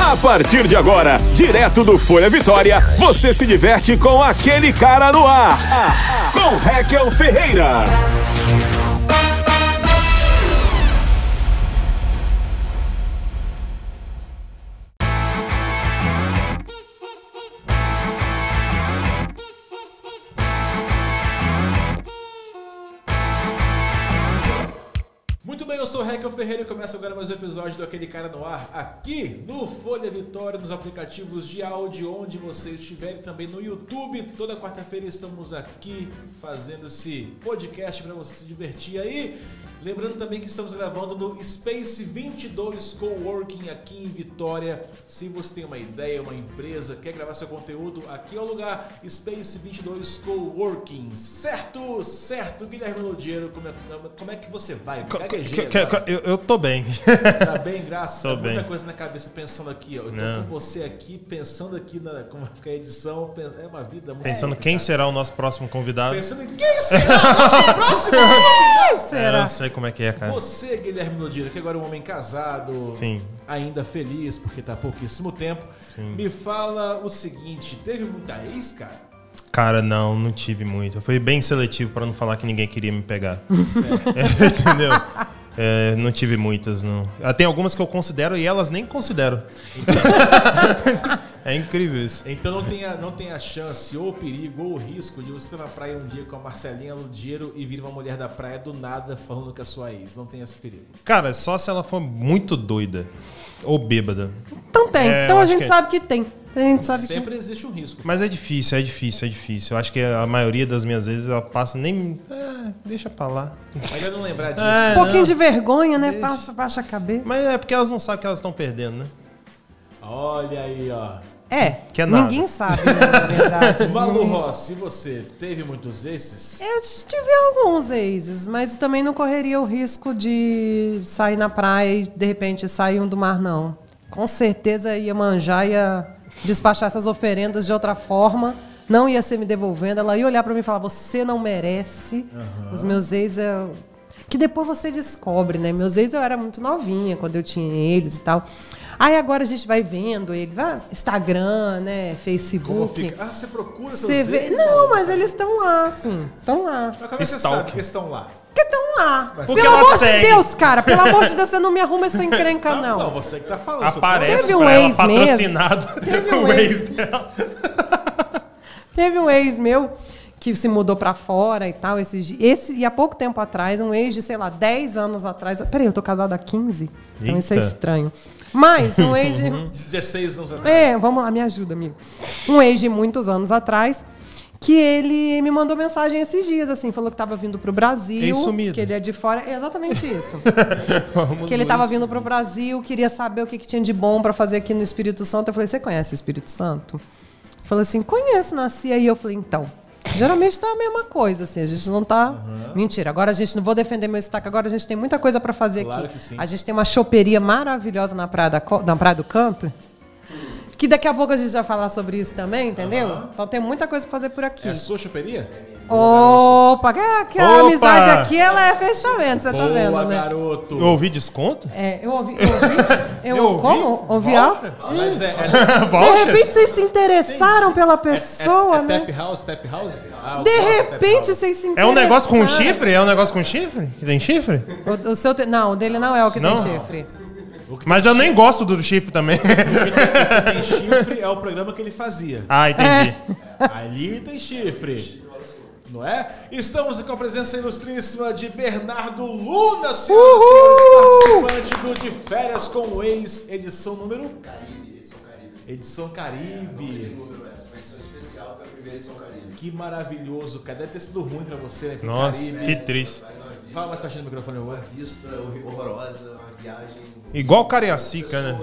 A partir de agora, direto do Folha Vitória, você se diverte com aquele cara no ar. Com Raquel Ferreira. Muito bem, eu sou o Raquel Ferreira e começa agora mais um episódio do Aquele Cara no Ar, aqui no Folha Vitória, nos aplicativos de áudio, onde você estiver e também no YouTube. Toda quarta-feira estamos aqui fazendo esse podcast para você se divertir aí. Lembrando também que estamos gravando no Space 22 Coworking aqui em Vitória. Se você tem uma ideia, uma empresa, quer gravar seu conteúdo, aqui é o lugar Space 22 Coworking. Certo, certo, Guilherme Lodiero, como é, como é que você vai? Co- Gaguejei co- co- agora. eu, eu tô bem. Tá bem, graças. Tô Tá muita bem. coisa na cabeça pensando aqui, ó. Eu tô Não. com você aqui, pensando aqui na, como vai ficar a edição. pen- É uma vida muito. Pensando complicada. quem será o nosso próximo convidado. Pensando em quem será o nosso próximo convidado? Será? Eu não sei como é que é, cara. Você, Guilherme Nodira, que agora é um homem casado, Sim. ainda feliz, porque tá há pouquíssimo tempo. Me fala o seguinte: teve muita ex, cara? Cara, não, não tive muito. Eu fui bem seletivo pra não falar que ninguém queria me pegar. É, entendeu? É, não tive muitas, não. Ah, Tem algumas que eu considero e elas nem considero. é incrível isso. Então não tem, a, não tem a chance, ou o perigo, ou o risco de você estar na praia um dia com a Marcelinha Ludiero e vir uma mulher da praia do nada falando que é sua ex. Não tem esse perigo. Cara, só se ela for muito doida ou bêbada. Então tem. É, então eu a acho gente que- sabe que tem. A gente sabe Sempre existe um risco. Mas é difícil, é difícil, é difícil. Eu acho que a maioria das minhas vezes ela passa nem. Ah, deixa pra lá. Melhor não lembrar disso. que. Um É, pouquinho não. de vergonha, né? Passa, baixa a cabeça. Mas é porque elas não sabem que elas estão perdendo, né? Olha aí, ó. É. Que é nada. ninguém sabe, né, na verdade. Malu Rossi, você teve muitos esses? Eu tive alguns exes, mas também não correria o risco de sair na praia e de repente sair um do mar, não. Com certeza ia manjar, ia despachar essas oferendas de outra forma. Não ia ser me devolvendo. Ela ia olhar pra mim e falar: Você não merece. Os meus ex. Eu... Que depois você descobre, né? Meus ex eu era muito novinha quando eu tinha eles e tal. Aí agora a gente vai vendo eles. ah, Instagram, né? Como Facebook. fica? Ah, você procura seus Você vê. exes, Não, Malu? mas eles estão lá, assim. Estão lá. Mas como é que você Stalker. sabe que estão lá? Porque estão lá. Porque pelo ela amor segue. de Deus, cara. Pelo amor de Deus, você não me arruma essa encrenca, Ah, não. Não, você que tá falando. seu Aparece Teve um pra ela ex mesmo. patrocinado Teve um o ex ex. dela. Teve um ex meu que se mudou pra fora e tal. Esses, di- esse, e há pouco tempo atrás, um ex de, sei lá, 10 anos atrás. Peraí, eu tô casada há 15? Então isso é Eita. Uhum. estranho. Mas um ex de. 16 anos atrás. É, vamos lá, me ajuda, amigo. Um ex de muitos anos atrás, que ele me mandou mensagem esses dias, assim, falou que estava vindo pro Brasil. Ex sumido. Que ele é de fora. É exatamente isso. Vamos que dois. ele estava né? vindo pro Brasil, queria saber o que, que tinha de bom para fazer aqui no Espírito Santo. Eu falei, você conhece o Espírito Santo? Ele Falou assim, conheço, nasci aí. Eu falei, então. Geralmente tá a mesma coisa, assim, a gente não tá. Mentira, agora a gente não vou defender meu destaque, agora a gente tem muita coisa para fazer Claro aqui. que sim. A gente tem uma choperia maravilhosa na Praia, da Co- na Praia do Canto. Que daqui a pouco a gente vai falar sobre isso também, entendeu? Então tem muita coisa pra fazer por aqui. É a é sua choperia? Opa, que, que a Opa! amizade aqui ela é fechamento, você tá vendo, Boa, né? garoto. Eu ouvi desconto? É, eu ouvi. Eu ouvi, eu, Eu ouvi? como? Ouvi algo? Mas é, é, De Vouchers? repente vocês se interessaram pela pessoa, é, é né? tap house, tap house? Ah, eu De gosto tap repente house. vocês se É interessaram. um negócio com chifre? É um negócio com chifre? Que tem chifre? O, o seu te- Não, o dele não é o que Não? tem chifre. Mas eu nem gosto do chifre também. Tem chifre, é o programa que ele fazia. ah, entendi. É. Ali tem chifre. Não é? Estamos com a presença ilustríssima de Bernardo Luna, senhoras e senhores, participante do De Férias com o Ex, edição número. Caribe, É, edição Caribe. Edição Caribe. Que maravilhoso, cara. Deve ter sido ruim pra você, né? ir pro Nossa, Caribe. que triste. Fala mais pra gente no microfone, eu vou. vista horrorosa, uma viagem. Igual Cariacica, né?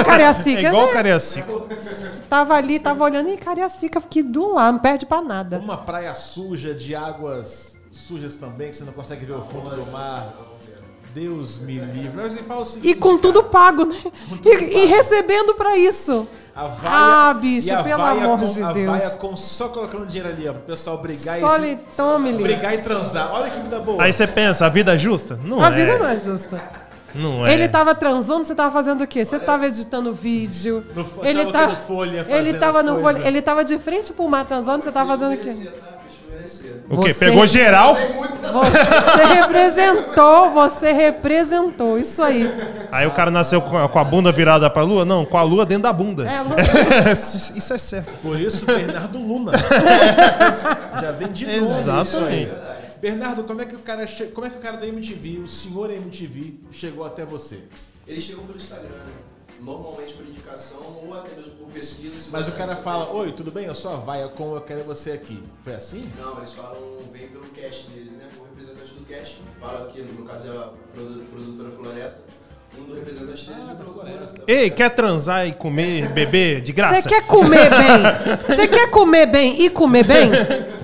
É Cariacica, igual né? Cariacica. Tava ali, tava olhando, e Cariacica, aqui do lado, não perde pra nada. Uma praia suja, de águas sujas também, que você não consegue ver o fundo do mar. Deus me livre. Mas me fala o seguinte, E com cara. tudo pago, né? E, e recebendo pra isso. A vaia, Ah, bicho, e a pelo vaia amor com- de a Deus. vaia com só colocando dinheiro ali, ó, pro pessoal brigar Só e lhe tome, Lili. brigar e transar. Olha que vida boa. Aí você pensa, a vida é justa? Não A é. vida não é justa. Não é. Ele tava transando, você tava fazendo o quê? Você tava editando vídeo. No fo- ele tava tava, tendo folha, ele fazendo tava as no coisas. folha- ele tava de frente pro mar transando, você tava fazendo o quê? Merecia, tá? Deixa eu merecer. O quê? Você- Pegou geral? Tem muito dessa Você representou, você representou. Isso aí. Aí o cara nasceu com a, com a bunda virada pra lua? Não, com a lua dentro da bunda. É, Lu- Isso é certo. Por isso, Bernardo Luna. Já vem de novo. isso aí. Exatamente. Bernardo, como é que o cara, che- como é que o cara da MTV, o senhor MTV, chegou até você? Eles chegam pelo Instagram, né? Normalmente por indicação ou até mesmo por pesquisa. se Mas o você cara sabe. fala, oi, tudo bem? Eu sou a Vaia, como eu quero você aqui. Foi assim? Não, eles falam, vem pelo cast deles, né? O representante do cast fala que, no caso, é a produ- produtora Floresta. Um dos representantes deles Ah, vem pela da Floresta. Floresta. Ei, quer transar e comer, beber de graça? Você quer comer bem? Você quer comer bem e comer bem?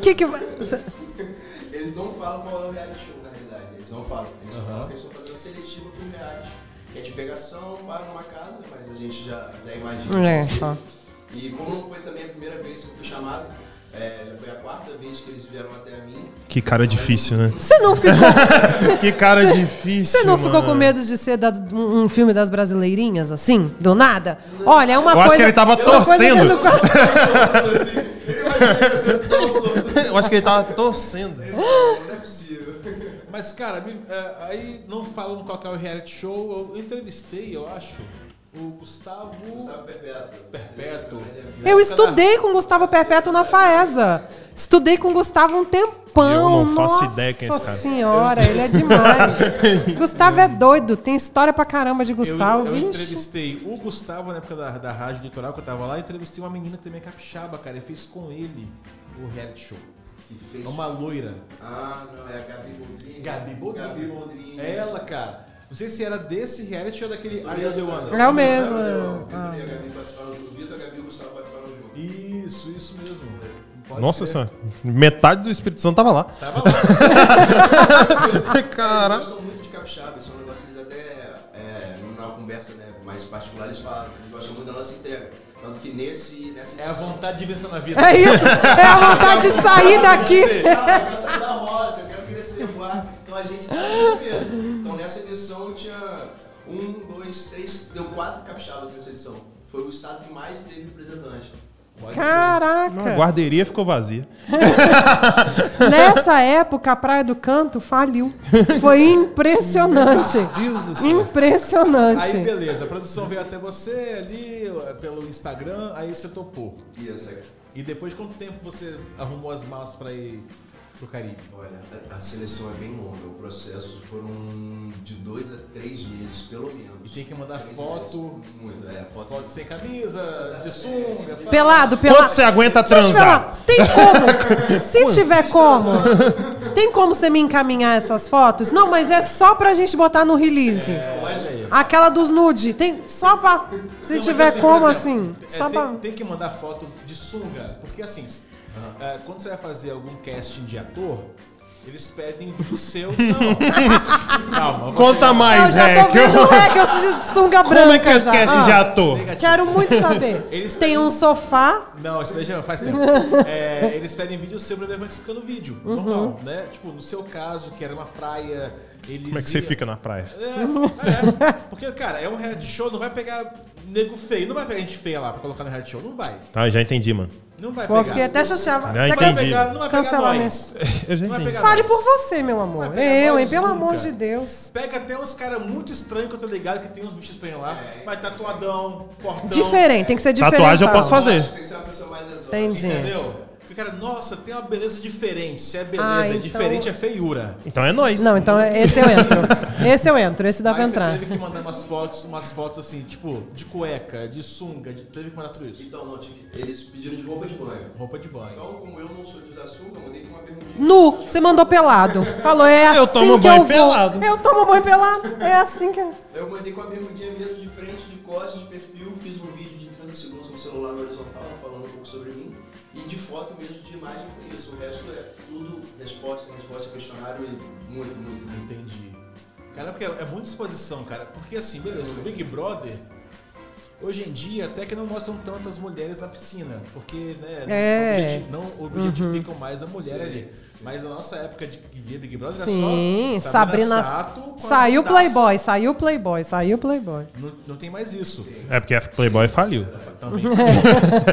Que que cê- Eles não falam qual é o reality show, na realidade. Eles não falam. Eles só falam que eles estão fazendo a seletiva pro reality. Que é de pegação, para numa casa, né? mas a gente já, já imagina. É, assim. tá. E como não foi também a primeira vez que eu fui chamado, é, já foi a quarta vez que eles vieram até a mim. Que cara difícil, né? Você não ficou, Que cara difícil. você não ficou mano. com medo de ser das- um um filme das brasileirinhas assim, do nada? Olha, é uma Eu coisa. acho que ele tava é uma coisa torcendo. dentro do quarto. assim, eu imaginei que você tão solto. Eu acho que ele tava torcendo. Não é possível. Mas, cara, me- é, aí não falam qual que é o reality show. Eu entrevistei, eu acho, o Gustavo Gustavo Perpétuo. Perpétuo. Eu estudei com Gustavo Perpétuo na Faesa. Estudei com Gustavo um tempão. Eu não faço Nossa ideia quem é esse cara. senhora, ele é demais. Gustavo é doido, tem história pra caramba de Eu, Gustavo. eu vixe. entrevistei o Gustavo na época da, da Rádio Litoral, que eu tava lá, e entrevistei uma menina também capixaba, cara, e fez com ele o reality show. Que fez. É uma loira. Ah, não, é a Gabi Boldrini. Gabi Boldrini. Gabi Boldrini. Ela, cara. Não sei se era desse reality ou daquele Do Are You The mesmo, One. né? É o mesmo, Não, é. não, O Vitor Ah. e a Gabi participaram junto. O Vitor, a Gabi e o Gustavo participaram junto. Isso, isso mesmo. Pode Nossa crer. senhora, metade do Espírito Santo tava lá. Tava lá. Cara. Eles gostam muito de capixaba, isso é um negócio que eles até, é, numa conversa né, mais particular, eles falam. Eles gostam muito da nossa entrega. Tanto que nesse, nessa É a edição- vontade de vencer na vida. É isso, é a vontade de sair daqui. Ah, eu quero sair da roça, eu quero crescer voar. Então a gente tá muito perto. Então nessa edição tinha um, dois, três, deu quatro capixabas nessa edição. Foi o estado que mais teve representante. Não, a Caraca! guarderia ficou vazia. Nessa época, a Praia do Canto faliu. Foi impressionante. Deus do céu. Aí Impressionante. beleza, a produção veio até você ali eh, pelo Instagram, aí você topou. E essa aqui, E depois de quanto tempo você arrumou as malas pra ir pro Caribe? olha, a- a seleção é bem longa. O processo foram de dois a três meses, pelo menos. E tem que mandar Três foto, meses, Muito, é, foto. foto sem camisa, de sunga. pá. Pelado, Quanto pelado. você aguenta Deixa eu te transar? falar, Tem como? Se tiver como, tem como você me encaminhar essas fotos? Não, mas é só pra gente botar no release. Olha aí. Aquela dos nude, tem só pra. Se é Não, mas tiver por como, exemplo, assim. é, Só tem, pra. tem que mandar foto de sunga, porque assim, é, quando você vai fazer algum casting de ator, eles pedem o seu. Não. é Calma, eu vou Conta chegar- Ah, Eu mais, já é. tô vendo o Hack de sunga branca. Como é que eu já. quero Ah, já ator? Negativo. Quero muito saber. Eles- Tem um sofá. Não, isso daí já faz tempo. É, eles pedem vídeo seu pra levar você fica no vídeo. Uhum. Normal, né? Tipo, no seu caso, que era uma praia, eles. Como é que você iam- fica na praia? É, é. Porque, cara, é um reality show, não vai pegar nego feio, não vai pegar gente feia lá pra colocar no reality show. Não vai. Tá, já entendi, mano. Não vai Pô, pegar. fiquei até chateada. Já Até Não vai Ah, entendi. que- pegar, Tá não vai pegar Cancelamento. nós. Eu já Não vai entendi. pegar Fale nós. por você, meu amor. Vai pegar Eu, hein? mais Pelo um, amor cara. de Deus. Pega até uns caras muito estranhos que eu tô ligado, que tem uns bichos estranhos lá. É, Vai tatuadão, fortão. Diferente, tem que ser diferente. Tatuagem eu posso Paulo. fazer. Tem que ser uma pessoa mais exótica. Entendi. Entendeu? Porque, cara, nossa, tem uma beleza diferente. Se é beleza, Ah, é então- diferente é feiura. Então é nóis. Não, então esse eu entro. Esse eu entro, esse dá pra Mas você entrar. teve que mandar umas fotos, umas fotos assim, tipo, de cueca, de sunga, de- teve que mandar tudo isso. Então, não, tive- eles pediram de roupa de banho. Roupa de banho. Então, como eu não sou de usar açúcar, eu mandei com uma bermudinha. Nu, você mandou pelado. Falou, é assim Eu tomo que banho eu vou. pelado. Eu tomo banho pelado. É assim que. eu- Eu mandei com a bermudinha mesmo de frente, de costas, de perfil, fiz um vídeo de 30 segundos no celular no horizontal, falando um pouco sobre mim, e de foto mesmo, de imagem, foi isso. O resto é tudo resposta, resposta, questionário e muito, muito, muito. Entendi. Cara, porque é, é muita exposição, cara. Porque assim, beleza, o Big Brother Hoje em dia, até que não mostram tanto as mulheres na piscina, porque né, É. objeti- não objetificam mais a mulher ali. Mas na nossa época de que via Big Brother Sim, era só Sabrina, Sabrina. Sato com a saiu Daça. Playboy, saiu Playboy, saiu Playboy. Não, não tem mais isso. É porque a Playboy faliu. Também.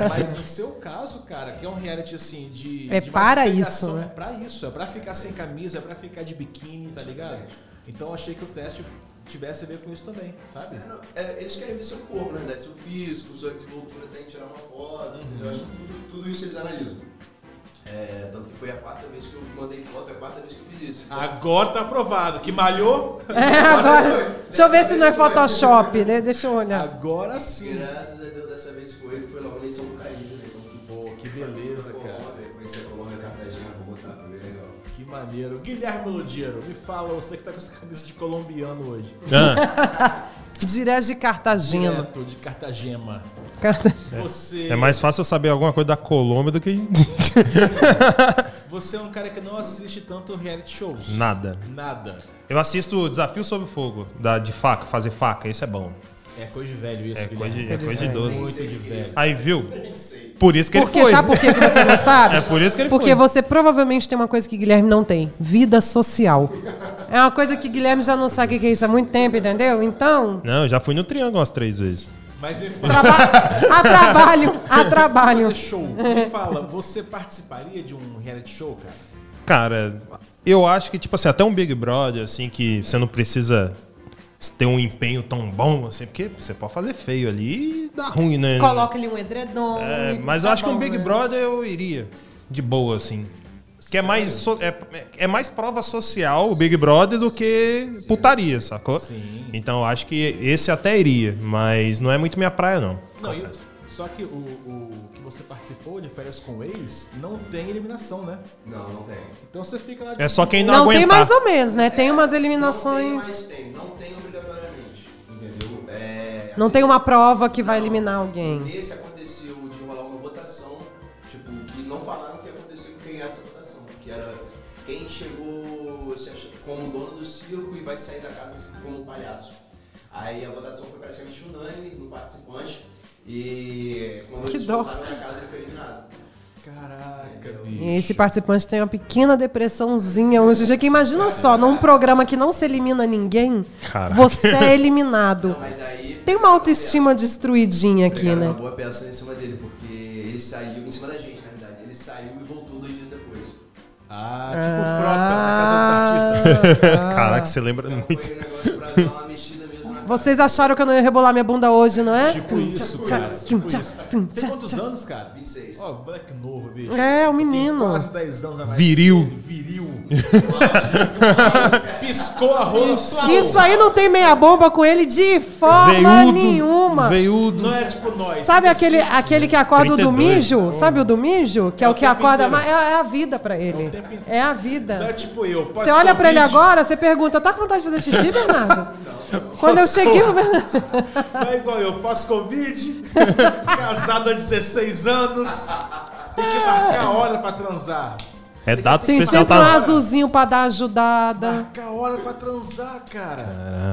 Mas no seu caso, cara, que é um reality assim de. É de mais para pegação, isso, né? É pra isso. É pra ficar sem camisa, é pra ficar de biquíni, tá ligado? Então eu achei que o teste tivesse a ver com isso também, sabe? Não, é, eles querem ver seu corpo, né? na verdade, seu físico, sua desenvoltura, tem que tirar uma foto, Uhum. entendeu? eu acho que tudo, tudo isso eles analisam. É, tanto que foi a quarta vez que eu mandei foto, foi a quarta vez que eu fiz isso. Agora tá aprovado. Que malhou? É, agora, deixa eu ver se não é Photoshop, né? Deixa eu olhar. Agora sim. Graças a Deus, dessa vez foi, foi logo na edição do Caribe, né? Então, que boa, Que beleza, cara. Conhecer a Colômbia, Cartagena, vou botar, foi bem legal. Que maneiro. Guilherme Ludiero, me fala, você que tá com essa camisa de colombiano hoje. Ah, Direto de Cartagena. Direto de Cartagema. Carta- Você. é mais fácil eu saber alguma coisa da Colômbia do que Você é um cara que não assiste tanto reality shows. nada. Nada. Eu assisto o Desafio Sob Fogo, da, de faca, fazer faca, isso é bom. É coisa de velho isso, É coisa Guilherme. de, é coisa de É, idoso. Muito de velho. Aí, viu? Por isso que ele Porque, foi. sabe por que que você não sabe? É por isso que ele foi. Porque você provavelmente tem uma coisa que Guilherme não tem: vida social. É uma coisa que Guilherme já não sabe o que é isso há muito tempo, entendeu? Então, Não, eu já fui no Triângulo umas três vezes. Mas me fala. traba- a trabalho, a trabalho. Você show. Me fala, você participaria de um reality show, cara? Cara, eu acho que, tipo assim, até um Big Brother, assim, que você não precisa ter um empenho tão bom, assim, porque você pode fazer feio ali e dá ruim, né? Coloca-lhe um edredom. É, e mas eu tá acho que um bom, Big né? Brother eu iria. De boa, assim. Que é mais, so- é, é mais prova social o Big Brother do que putaria, sacou? Sim. Então eu acho que esse até iria, mas não é muito minha praia, não. Não, confesso. e- só que o, o que você participou de férias com o ex não tem eliminação, né? Não, não tem. Não Então você fica lá de É só quem não, Não, aguentar. tem mais ou menos, né? Tem umas tem, eliminações. mas tem. Não tem obrigatoriamente, entendeu? É, Não tem uma prova que vai eliminar alguém. Nesse aconteceu de rolar uma votação, tipo, que não falaram o que aconteceu com quem era essa votação. Que era quem chegou se achando como dono do circo e vai sair da casa assim, como palhaço. Aí a votação foi praticamente unânime no participante. E quando Que eles dó. voltaram pra casa, ele foi eliminado. Caraca, bicho. E Esse participante tem uma pequena depressãozinha hoje em dia, que imagina só, num programa que não se elimina ninguém, Caraca. você é eliminado. Não, mas aí. Tem uma autoestima destruidinha aqui, Pegaram né? uma boa peça em cima dele, porque ele saiu em cima da gente, na verdade. Ele saiu e voltou dois dias depois. Ah, tipo frota na casa dos Ah. Ah. artistas. Caraca, você lembra Então muito. foi um negócio pra dar uma mexida mesmo na Vocês acharam que eu não ia rebolar minha bunda hoje, não é? Tipo isso, cara. Tipo isso. Você tem quantos anos, cara? 26. Ó, moleque novo, bicho. É, o Eu tenho menino. Quase 10 anos a mais. Viril. Viril. Piscou a rola. Isso aí não tem meia bomba com ele de forma é nenhuma. Veiudo. Não é tipo nós. Sabe aquele, aquele que acorda o 32. domingo? Sabe o domingo? Que é, É o o que tempo acorda inteiro. mais. É, é a vida pra ele. o tempo inteiro. É a Não é vida. tipo eu. Você olha pra ele agora, você pergunta: tá com vontade de fazer xixi, Bernardo? Quando eu cheguei. o Bernardo- Não é igual eu, pós-Covid, casado há 16 anos, tem que marcar hora pra transar. É data Tem especial, sempre um tá? azulzinho pra dar ajudada. Marcar hora pra transar, cara.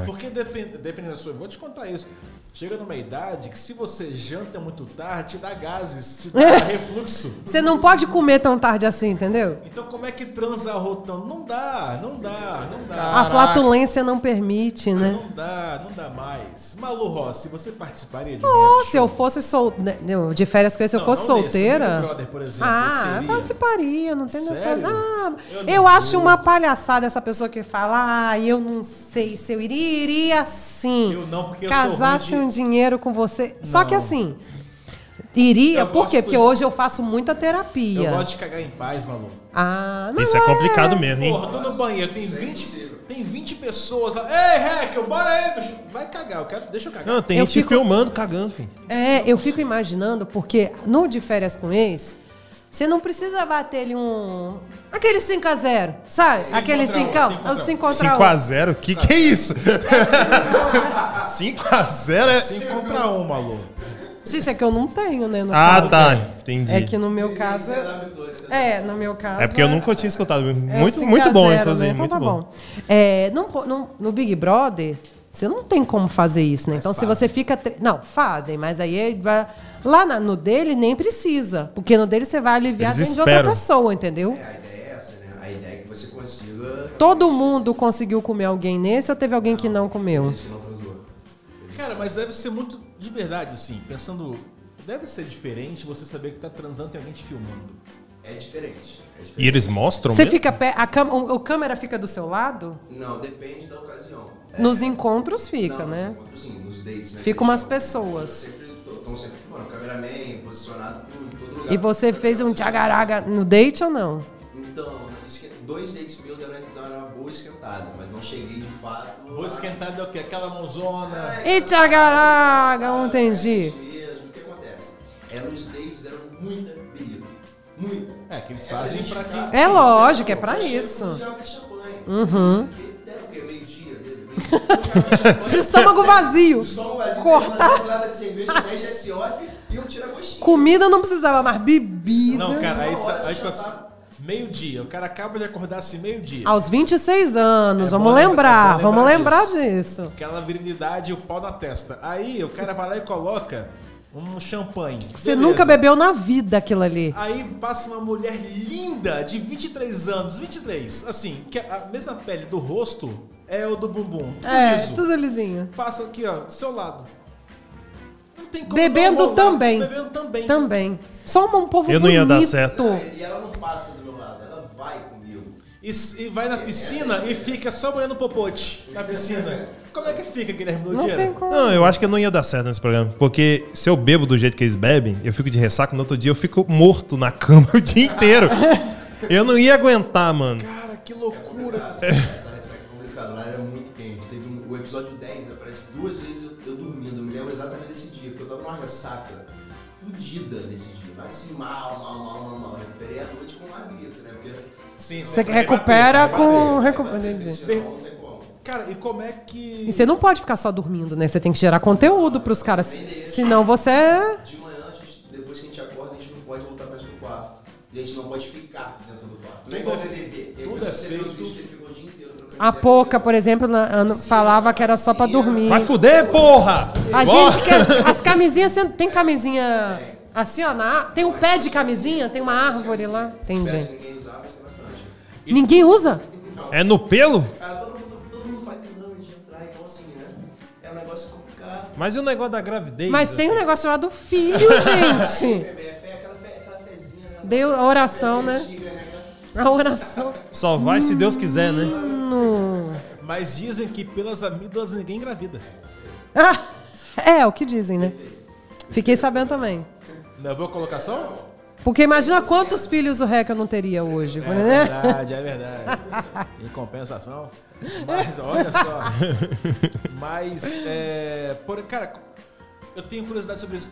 Porque depend, dependendo da sua. eu Vou te contar isso. Chega numa idade que se você janta muito tarde, te dá gases, te dá refluxo. Você não pode comer tão tarde assim, entendeu? Então como é que transa rotando? Não dá, não dá, não dá. A flatulência não permite, né? Não dá, não dá mais. Malu Rossi, você participaria de um Oh, reality se eu fosse solteira. De férias com ele, se eu Não, fosse não desse, solteira. Big Brother, por exemplo, ah, seria? participaria, não tem Sério? necessidade. Ah, Eu eu não acho vou. uma palhaçada essa pessoa que fala, ah, eu não sei se eu iria, iria sim. Eu não, porque eu sou Casasse ruim de- um dinheiro com você. Só que Não. assim, iria, Eu por quê? gosto Porque de- hoje eu faço muita show? Eu terapia. gosto de cagar em paz, Malu. Ah, não Isso é complicado mesmo, hein? Porra, tô no banheiro, tem 20, possível. tem 20 pessoas lá. Ei, Heckel, bora aí, bicho. Vai cagar, eu quero, deixa eu cagar. Não, tem Eu gente fico- filmando, cagando, filho. É, eu fico imaginando, porque no de férias com ex, você não precisa bater ele um. Aquele 5x0, sabe? Aquele contra um, 5 x cinco É o contra um. 5x0, 5x1. que que é isso? 5x0 é... 5 contra 1, Malu. Gente, é que eu não tenho, né? no Ah, caso. tá, entendi. É que no meu caso. Iniciar a vitória, né? É, no meu caso. assim, É porque eu nunca tinha É, escutado. Muito, muito bom, 5 a 0, inclusive. né? Então muito tá bom. bom. É, não po- não- no Big Brother, Você não tem como fazer isso, né? Então, se você fica. tre- Não, fazem, mas aí ele vai. Lá na- no dele nem precisa. Porque no dele você vai aliviar Eles dentro de outra esperam. pessoa, entendeu? É, a ideia é essa, né? A ideia é que você consiga. Todo mundo conseguiu comer alguém nesse ou teve alguém que não comeu? Gente, não transou. Cara, mas deve ser muito de verdade, assim, pensando. Deve ser diferente você saber que tá transando e tem alguém te filmando. É diferente. É diferente. E eles mostram Você mesmo? fica pé. A cam- o, o câmera fica do seu lado? Não, depende da ocasião. É, Nos encontros fica, não, né? nos encontros, sim, nos dates, né? Fica que eles umas chamam. pessoas. Estão sempre filmando, cameraman, posicionado por todo lugar. E você fez um tchagaraga no date ou não? Então, esque- dois dates meus deram deram uma boa esquentada, mas não cheguei de fato. Vou esquentar é o quê? Aquela mãozona. E tchagaraga, não entendi. mesmo, o que acontece? Eram os dates, eram muita bebida. Muita. É, que eles fazem pra que. É lógico, é pra isso. Uhum. Deram o quê? Meio-dia, às vezes. meio-dia. De estômago vazio. Só um vazio, Cortar. uma lata de cerveja, 10 S.O.F. e um tira-gostinho. Comida não precisava, mas bebida. Não, cara, aí, sa- Nossa, aí tipo já assim, tá- meio-dia. O cara acaba de acordar assim, meio-dia. Aos 26 anos, É vamos bom lembrar, lembrar- é bom vamos lembrar lembrar disso. Aquela virilidade e o pau na testa. Aí o cara vai lá e coloca um champanhe. Você Beleza. nunca bebeu na vida aquilo ali. Aí passa uma mulher linda de 23 anos, 23, assim, que a mesma pele do rosto é o do bumbum. tudo É, liso. tudo lisinho. Passa aqui, ó, do seu lado. Não tem como Bebendo não rolar. também. Bebendo também. Também. Só um povo Eu não ia dar bonito. certo. E ela não passa do meu lado, ela vai comigo. E, s- e vai na piscina e fica só olhando o popote na piscina. Como é que fica, Guilherme Não Blogueira? tem como. Não, eu acho que eu não ia dar certo nesse programa. Porque se eu bebo do jeito que eles bebem, eu fico de ressaca no outro dia, eu fico morto na cama o dia inteiro. Eu não ia aguentar, mano. Cara, que loucura. Essa ressaca é complicada, lá era muito quente. Teve um- o episódio 10, aparece duas vezes eu, eu dormindo. Eu me lembro exatamente desse dia, porque eu tava numa ressaca fudida nesse dia. Mas assim, mal, mal, mal, mal, mal. Eu recuperei a noite com uma grita, né? Porque. Sim, Você vai bater, recupera vai com. Aí, recu- aí, Entendi. assim, Não tem como. bater. Cara, e como é que. E você não pode ficar só dormindo, né? Você tem que gerar conteúdo pros caras. se- Senão você. é De manhã, a gente- depois que a gente acorda, a gente não pode voltar mais pro quarto. E a gente não pode ficar dentro do quarto. Não é igual BBB. Eu tudo é você vê os feito. vídeos que ele ficou o dia inteiro trocando A ideia. pouca, por exemplo, na- ano- falava que era só pra dormir. Vai fuder, porra! A Porra! gente quer. As camisinhas. sendo- Tem camisinha. Assim, ó, na, tem um pé de camisinha, tem uma árvore lá. Espero Entendi. que Ninguém usava, mas tem bastante. Ninguém usa? É no pelo? Cara, todo mundo, todo mundo faz exame de entrar, então assim, né? É um negócio complicado. Mas e o negócio da gravidez? Mas tem um assim? negócio chamado filho, gente. É, é fé, aquela, fé, aquela fezinha, né? Deu a oração, né? Antiga, né? Aquela- A oração. Só vai se Deus quiser, né? Hum. é- Mas dizem que pelas amígdalas ninguém engravida. Ah, é, o que dizem, né? Fiquei sabendo também. Não é boa colocação? Porque imagina quantos filhos o Reca não teria hoje, É né? verdade, é verdade. Em compensação. Mas olha só. Mas, é, por- cara, eu tenho curiosidade sobre isso.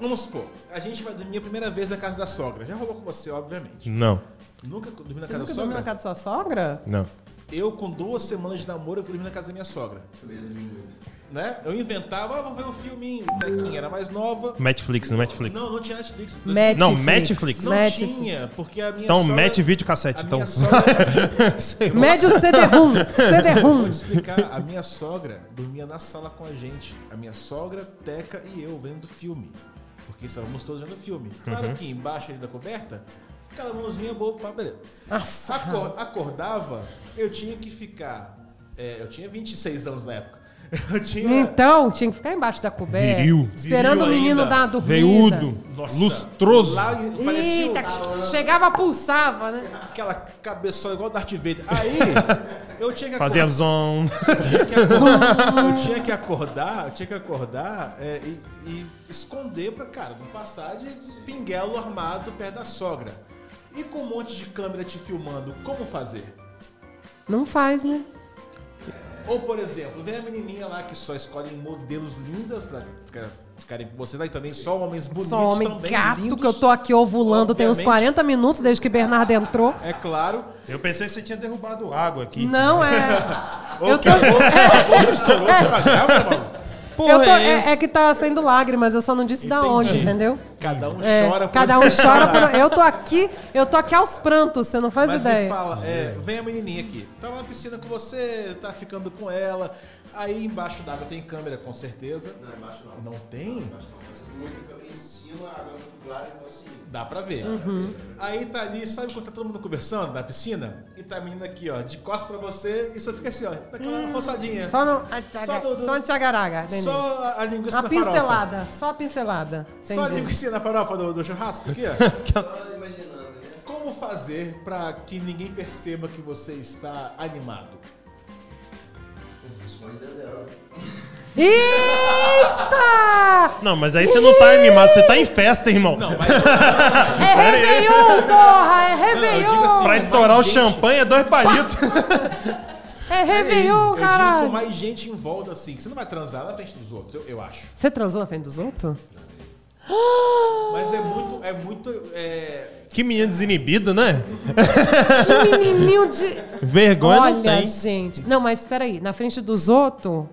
Vamos supor, a gente vai dormir a primeira vez na casa da sogra. Já rolou com você, obviamente. Não, Nunca dormi na Você casa nunca da dormiu sogra? na casa da sua sogra? não. Eu, com duas semanas de namoro, eu fui dormir na casa da minha sogra. Eu ia dormir muito. Né? Eu inventava, ah, vou ver um filminho. Quem era mais nova. Netflix, no Netflix. Não, não tinha Netflix. Netflix. Não, Netflix. Não Net- tinha, porque a minha Então, sogra... mete vídeo a minha cassete, então. sogra- Sei lá. Médio CD-ROM. CD-ROM. Vou te explicar, a minha sogra dormia na sala com a gente. A minha sogra, Teca e eu vendo filme. Porque estávamos todos vendo filme. Uhum. Claro que embaixo ali da coberta, aquela mãozinha boa, pá, beleza. Nossa. Acor- acordava, eu tinha que ficar. é, eu tinha 26 anos na época. Eu tinha. Então, tinha que ficar embaixo da coberta. Viril. Esperando né? Viril o menino ainda. dar uma dormida. Veiudo, né? lustroso. Lá eu parecia Eita, um- che- chegava, pulsava, né? aquela cabeçola igual Darth Vader. Aí, eu tinha que Fazia acordar. zon. tinha que acordar- eu tinha que acordar, eu tinha que acordar é, e, e esconder pra, cara, não passar de pinguelo armado perto da sogra. E com um monte de câmera te filmando, como fazer? Não faz, né? Ou, por exemplo, vem a menininha lá que só escolhe modelos lindas pra ficar- ficarem com você lá e também só homens bonitos Só homem também, gato lindos. que eu tô aqui ovulando tem uns Obviamente. 40 minutos desde que Bernardo entrou. É claro. Eu pensei que você tinha derrubado água aqui. Não é. Eu tô. Você estourou sua grávida, mano? Eu tô- é é, é que tá saindo lágrimas, eu só não disse da Entendi. onde, entendeu? Cada um É, chora. por cada um separado. chora por... Eu tô aqui, eu tô aqui aos prantos, você não faz Mas me ideia. fala, é, vem a menininha aqui. Tá lá na piscina com você, tá ficando com ela. Aí embaixo d'água tem câmera, com certeza. Não, embaixo não. Não tem? Embaixo não. Mas muita câmera em cima, a água é muito clara, então assim. Dá pra ver. Uhum. Aí tá ali, sabe quando tá todo mundo conversando na piscina? E tá a menina aqui, ó, de costas pra você e só fica assim, ó, daquela roçadinha. Hum, Só no. Só do- do- Só no Tchagaraga, entendeu? Só a, a linguiça Uma na farofa. pincelada, só a pincelada. Só a Entendi. linguiça na farofa do, do churrasco aqui, ó. Só imaginando, né? Como fazer pra que ninguém perceba que você está animado? Responde dentro dela. Eita! Não, mas aí você não tá animado, você tá em festa, irmão. Não, mas É Réveillon, porra! É Não, eu digo assim, Réveillon! pra estourar o mas, gente- champanhe é dois palitos. É Réveillon, eu digo um é- com caralho! mais gente em volta, assim, que você não vai transar na frente dos outros, eu, eu acho. Você transou na frente dos outros? Mas é muito, é muito, é... que menino desinibido, né? Que menininho de. Vergonha não Olha, tem. gente. Não, mas espera aí. Na frente dos outros.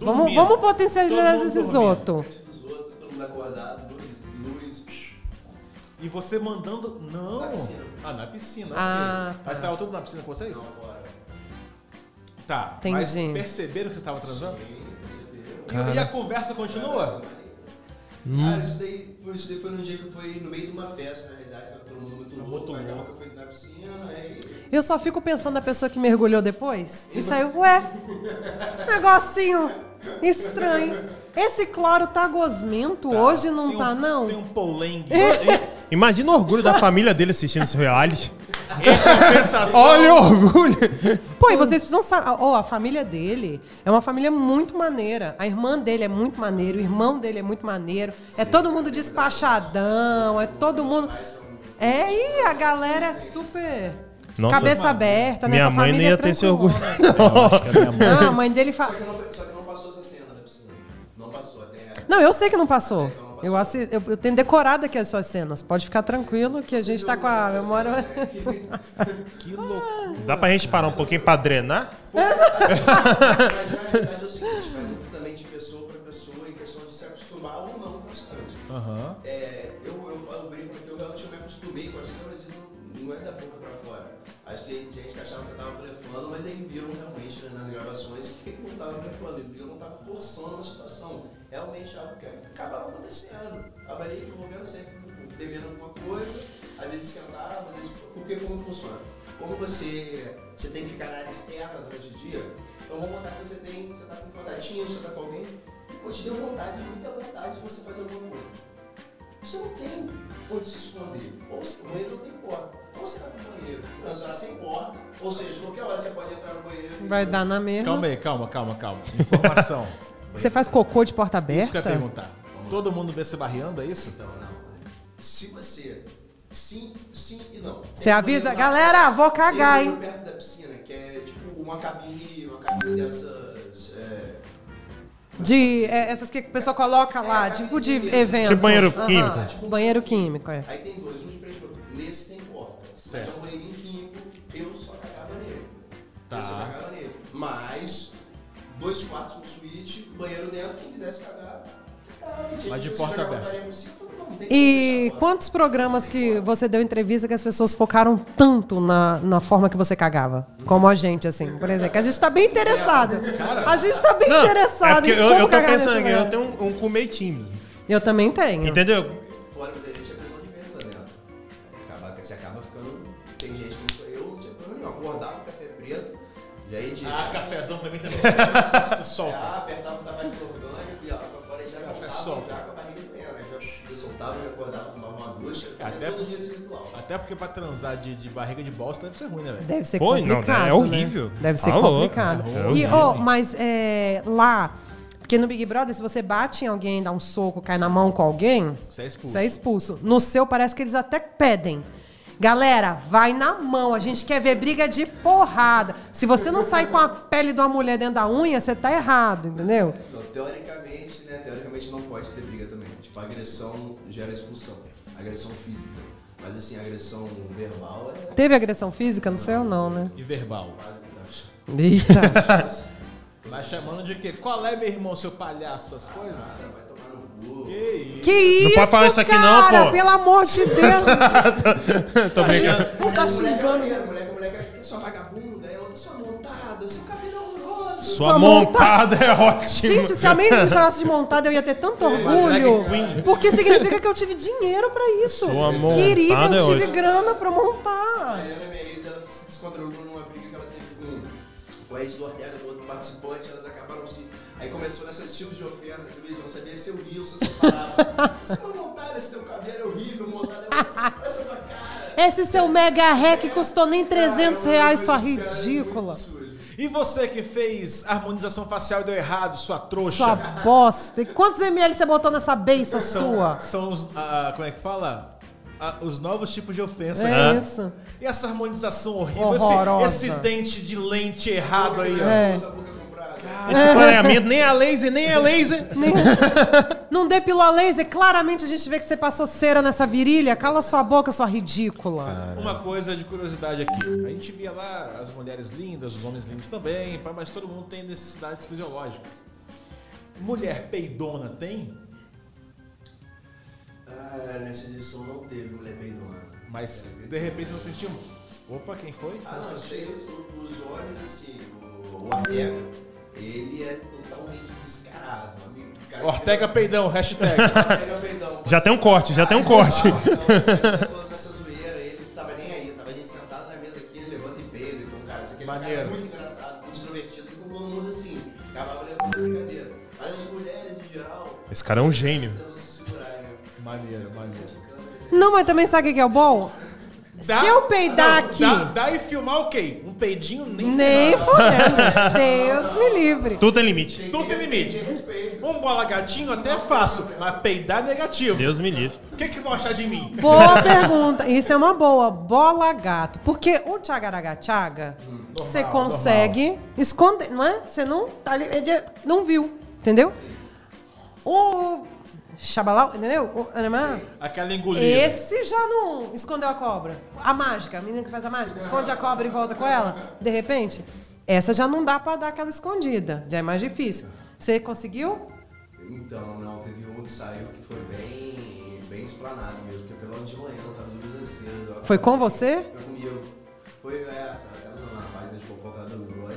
Vamos, Dormir. vamos Todo potencializar mundo esses dormir. outros. Os outros, todo mundo acordado, luz, luz. E você mandando... Não! Na piscina. Ah, na piscina. Ah, ok. Mas tava todo mundo na piscina com vocês? Não, fora. Tá, mas Entendi. perceberam que vocês estavam transando? Sim, percebeu? E- E a conversa continua? Cara, isso daí, foi, isso daí foi num dia que foi no meio de uma festa, na realidade, tava todo mundo muito louco, muito acabou louco. que eu fui na piscina, né, aí... Eu só fico pensando na pessoa que mergulhou depois e saiu, ué, negocinho estranho. Esse cloro tá gosmento hoje, não Tem um- tá, não? Tem um polengue. Imagina o orgulho da família dele assistindo esse reality. Compensação. Olha o orgulho. Pô, e vocês precisam saber. Ó, a família dele é uma família muito maneira. A irmã dele é muito maneiro, o irmão dele é muito maneiro. É todo mundo despachadão, é todo mundo. É, e a galera é super. Nossa, cabeça mano, aberta, né? Minha Sua mãe família nem é ia ter esse orgulho. tranquilona. não. Não, a mãe dele Só fala. que, não, só que não passou essa cena da piscina. Não passou, até... Não, eu sei que não passou. Então não passou. Eu, assi- eu- eu tenho decorado aqui as suas cenas. Pode ficar tranquilo que a gente tá com a memória. Que louco. Dá pra gente parar um pouquinho pra drenar? Mas na realidade é o seguinte, vai muito também de pessoa pra pessoa, em questão de se acostumar ou não com as câmeras. Aham. É, eu, eu falo brinco porque eu realmente me acostumei com as câmeras e não, não é da boca pra fora. Acho que tem gente que achava que eu tava blefando, mas aí viram realmente né, nas gravações que eu não tava blefando, e eu não tava forçando uma situação. Realmente é algo que acabava acontecendo. Tava ali envolvendo sempre, bebendo alguma coisa, às vezes esquentava, às vezes. Porque como funciona? Como você, você tem que ficar na área externa durante o dia, então vamos contar que você tem, você tá com um contatinho, você tá com alguém, pô, te deu vontade, muita vontade de você fazer alguma coisa. Você não tem onde se esconder. Ou você, o banheiro não tem porta. Ou você vai no banheiro, transar sem porta. Ou seja, qualquer hora você pode entrar no banheiro. Vai dar na mesma. Calma aí, calma, calma, calma. Informação. Você faz cocô de porta isso que eu ia aberta? perguntar. Todo mundo vê se barreando, é isso? Então, Não, não. Se você. Sim, sim e não. Você Tem um avisa, banheiro galera, vou é lá- cagar, tem um hein? banheiro perto da piscina, que é tipo uma cabine, uma cabine dessas. É, De é, essas que a pessoa coloca lá, tipo de evento. Tipo banheiro Aham, químico. tipo banheiro químico, é. Aí tem dois, um de frente pro outro. Nesse tem porta. Certo. Mas é um banheirinho químico, eu só cagava nele. Tá. Eu só cagava nele. Mas, dois quartos com suíte, banheiro dentro, quem quisesse cagar, cagava. Tinha Mas de gente que porta jogava aberta. farinha por cima, não, não tem E como fechar a porta. quantos programas que você deu entrevista que as pessoas focaram tanto na, na forma que você cagava? Como a gente, assim, por exemplo. que A gente tá bem interessado. A gente tá bem interessado é em porque eu, como eu tô cagar nesse pensando, que lugar. eu tenho um, um cu meio tímido. Eu também tenho. Entendeu? Fora da gente é pressão de merda dentro. Acaba, você acaba ficando. Tem gente que. Eu não tinha problema nenhum. Acordava com café preto, já ia de. Ah, cafezão pra mim também. Se solta. Já tá. apertava o tabaco orgânico e a pra fora e já Café voltava, solto. já com a barriga de manhã, né? Já- Eu soltava, já acordava, tomava uma ducha, fazia até- todo dia esse ritual. Até porque pra transar de, de barriga de bosta deve ser ruim, né, velho? Deve ser Pô, não, complicado. é né? horrível. Deve ser Tá louco. complicado. É e, horrível. ó, mas é, lá, porque no Big Brother, se você bate em alguém, dá um soco, cai na mão com alguém, Você é expulso. você é expulso. No seu, parece que eles até pedem. Galera, vai na mão. A gente quer ver briga de porrada. Se você não sai com a pele de uma mulher dentro da unha, você tá errado, entendeu? Não, Então, teoricamente, né? Teoricamente não pode ter briga também. Tipo, agressão gera expulsão. Agressão física. Mas assim, agressão verbal é Teve agressão física no seu? Não, né? E verbal. quase que acho. Eita. Mas chamando de quê? Qual é, meu irmão, seu palhaço? Essas coisas? Cara, vai tomar no cu. Que isso? Que isso, Não pode falar isso aqui não, cara? pô. Pelo amor de Deus. Eu tô brincando. Tá Não tá xingando, né? Moleque, moleque, moleque, sua vagabunda, é outra sua montada, seu cabelo é horroroso. Sua montada é ótima. Gente, se a mãe me chamasse de montada, eu ia ter tanto orgulho. Porque significa que eu tive dinheiro pra isso. Sua Querida, montada é eu tive ótima. grana pra A montar. Ana, minha ex, ela se descontrolou numa briga que ela teve com o Ed do Ortega, do outro participante, elas acabaram se. Aí começou nesse tipo de ofensa que eu não sabia se eu ria ou se eu só falava. Você não montada, esse teu cabelo é horrível, montada é horrível, olha essa tua cara. Esse seu mega hack custou nem 300 reais, sua Cara, é muito ridícula. sujo. E você que fez harmonização facial e deu errado, sua trouxa. Sua bosta. E quantos ml você botou nessa beça sua? São os. ah, como é que fala? Ah, os novos tipos de ofensa. É cara. isso. E essa harmonização horrível, esse- Horrorosa. esse, dente de lente errado aí, ó. É. Essa boca comprada. Esse clareamento nem é laser, nem é laser. Não depilou a laser, claramente a gente vê que você passou cera nessa virilha. Cala sua boca, sua ridícula. Uma coisa de curiosidade aqui. A gente via lá as mulheres lindas, os homens lindos também, pá, mas todo mundo tem necessidades fisiológicas. Mulher peidona tem, Ah, nessa edição não teve mulher peidona. mas de repente você sentiu. Opa, quem foi? Ah, não, isso aí os, os olhos, assim, o, o Ortega, ele é totalmente descarado, amigo. O cara que- Ortega peidão, hashtag. Ortega peidão. Ah, Já tem um corte, já tem um corte. Não, tá não, quando essa zoeira, ele tava nem aí, tava a gente sentado na mesa aqui, ele levanta e peida. Então, cara, isso aqui é um cara Maneiro. muito engraçado, muito extrovertido, ficou todo mundo assim, acabava levando a brincadeira. Mas as mulheres, em geral, Esse cara é um gênio. tentando se segurar, né? Maneiro, maneiro. Não, mas também sabe o que que é o bom? Se eu peidar não, aqui. Dá, dá e filmar o quê? Um peidinho nem. Nem ferrado. fodendo. Deus me livre. Tudo tem limite. Tudo tem limite. Um bola gatinho até é fácil, mas peidar é negativo. Deus me livre. O que, que vão achar de mim? Boa pergunta. Isso é uma boa. Bola gato. Porque o tchagaragachaga, você Hum, normal, consegue esconder, não é? Você não tá ali, é de- não viu, entendeu? O xabalau, entendeu? O anamá, Aquela engolida. esse já não escondeu a cobra. A mágica, a menina que faz a mágica, esconde a cobra e volta com ela, de repente. Essa já não dá pra dar aquela escondida, já é mais difícil. Você conseguiu? Então, não, teve um que saiu que foi bem, bem explanado mesmo, porque foi logo de manhã, eu tava de luz acesa. Foi com você? Foi comigo. Foi né, essa, ela na página de fofoca do Bros.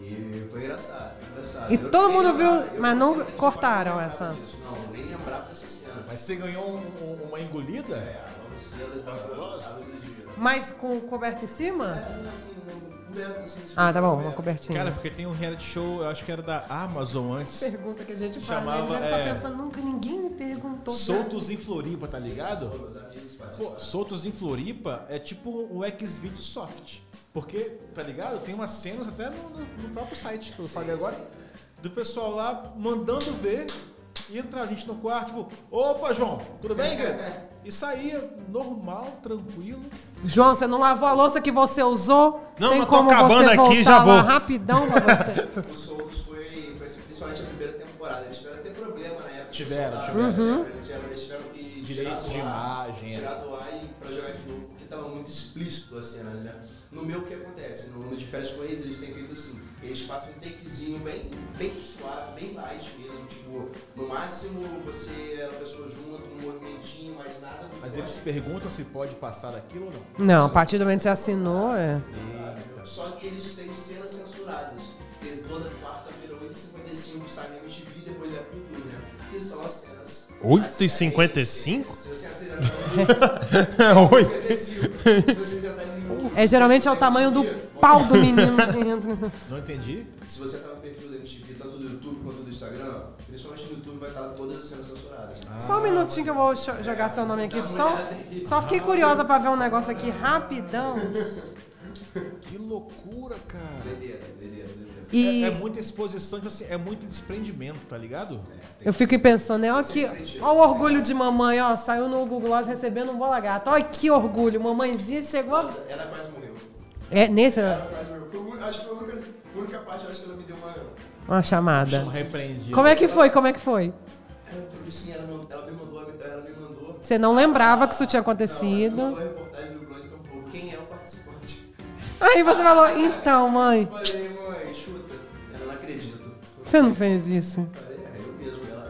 E foi engraçado, foi engraçado. E Eu todo nem mundo viu, lembrava, eu mas não nem cortaram lembrava essa. disso, não, eu nem lembrava dessa cena. Mas você ganhou um- um- uma engolida? É, logo cedo, eu tava tava no dia. Mas com coberta em cima? É, assim, não- coberto, assim, assim, Ah, tá bom, uma coberto. cobertinha. Cara, porque tem um reality show, eu acho que era da Amazon antes. pergunta que a gente Chamava, faz, né? Ele deve é, tá pensando, nunca ninguém me perguntou. Soltos em Floripa, tá ligado? Meus amigos participaram. Pô, Soltos em Floripa é tipo um Xvideos soft. Porque, tá ligado? Tem umas cenas até no, no- no próprio site que eu falei agora, do pessoal lá mandando ver e entrar a gente no quarto, tipo, opa, João, tudo bem, querido? E saía normal, tranquilo. João, você não lavou a louça que você usou? Não, Tem mas tô como acabando você aqui, voltar já vou. lá rapidão pra você. Tá. Os Soutos foi, foi assim, principalmente a primeira temporada. Eles tiveram até problema na época. Tiveram, tiveram. Eles tiveram, eles tiveram que Direitos tirar do de ar, imagem, é. Tirar do ar e pra jogar de novo, porque tava muito explícito a cena, né? No meu, o que acontece? No, no de férias com eles, eles têm feito assim. Eles passam um takezinho bem, bem suave, bem light mesmo. Tipo, no máximo você era uma pessoa junto, um movimentinho, mas nada muito Mas mais. eles perguntam se pode passar daquilo ou não. Não, a partir do momento que você assinou, é. Só que eles têm cenas censuradas. Tem toda quarta-feira, 8h55, sai na MTV, depois da cultura, né? Que são as cenas. 8h55? Se você tá aceitar no Oi. 8h55. É, geralmente é o tamanho do pau do menino dentro. Não entendi? Se você tá no perfil da MTV, tanto do YouTube quanto do Instagram, principalmente no YouTube vai estar todas as cenas censuradas. Só um minutinho que eu vou cho- jogar seu nome aqui. Só, só fiquei curiosa pra ver um negócio aqui rapidão. Que loucura, cara. Doideira, doideira, doideira. E É, é muita exposição, tipo assim, é muito desprendimento, tá ligado? eu fico pensando, né? Ó, que, ó o orgulho de mamãe, ó. Saiu no Google Glass recebendo um bola gato. Olha que orgulho. Mamãezinha chegou. a- Nossa, ela quase morreu. É, nesse. Ela quase morreu. Foi, a única- acho que foi a única, a única parte, eu acho que ela me deu uma. Uma chamada. Não repreendi. Como é que foi? Como é que foi? Ela falou assim, ela, man- ela me mandou, a- ela me mandou. Você não lembrava que isso tinha Não, ela me acontecido. mandou a reportagem do blog então, pô, quem é o participante? Aí você falou, então, mãe, Falei, mãe, chuta. Ela não acredita. você não fez isso. Falei, é, eu mesmo. Ela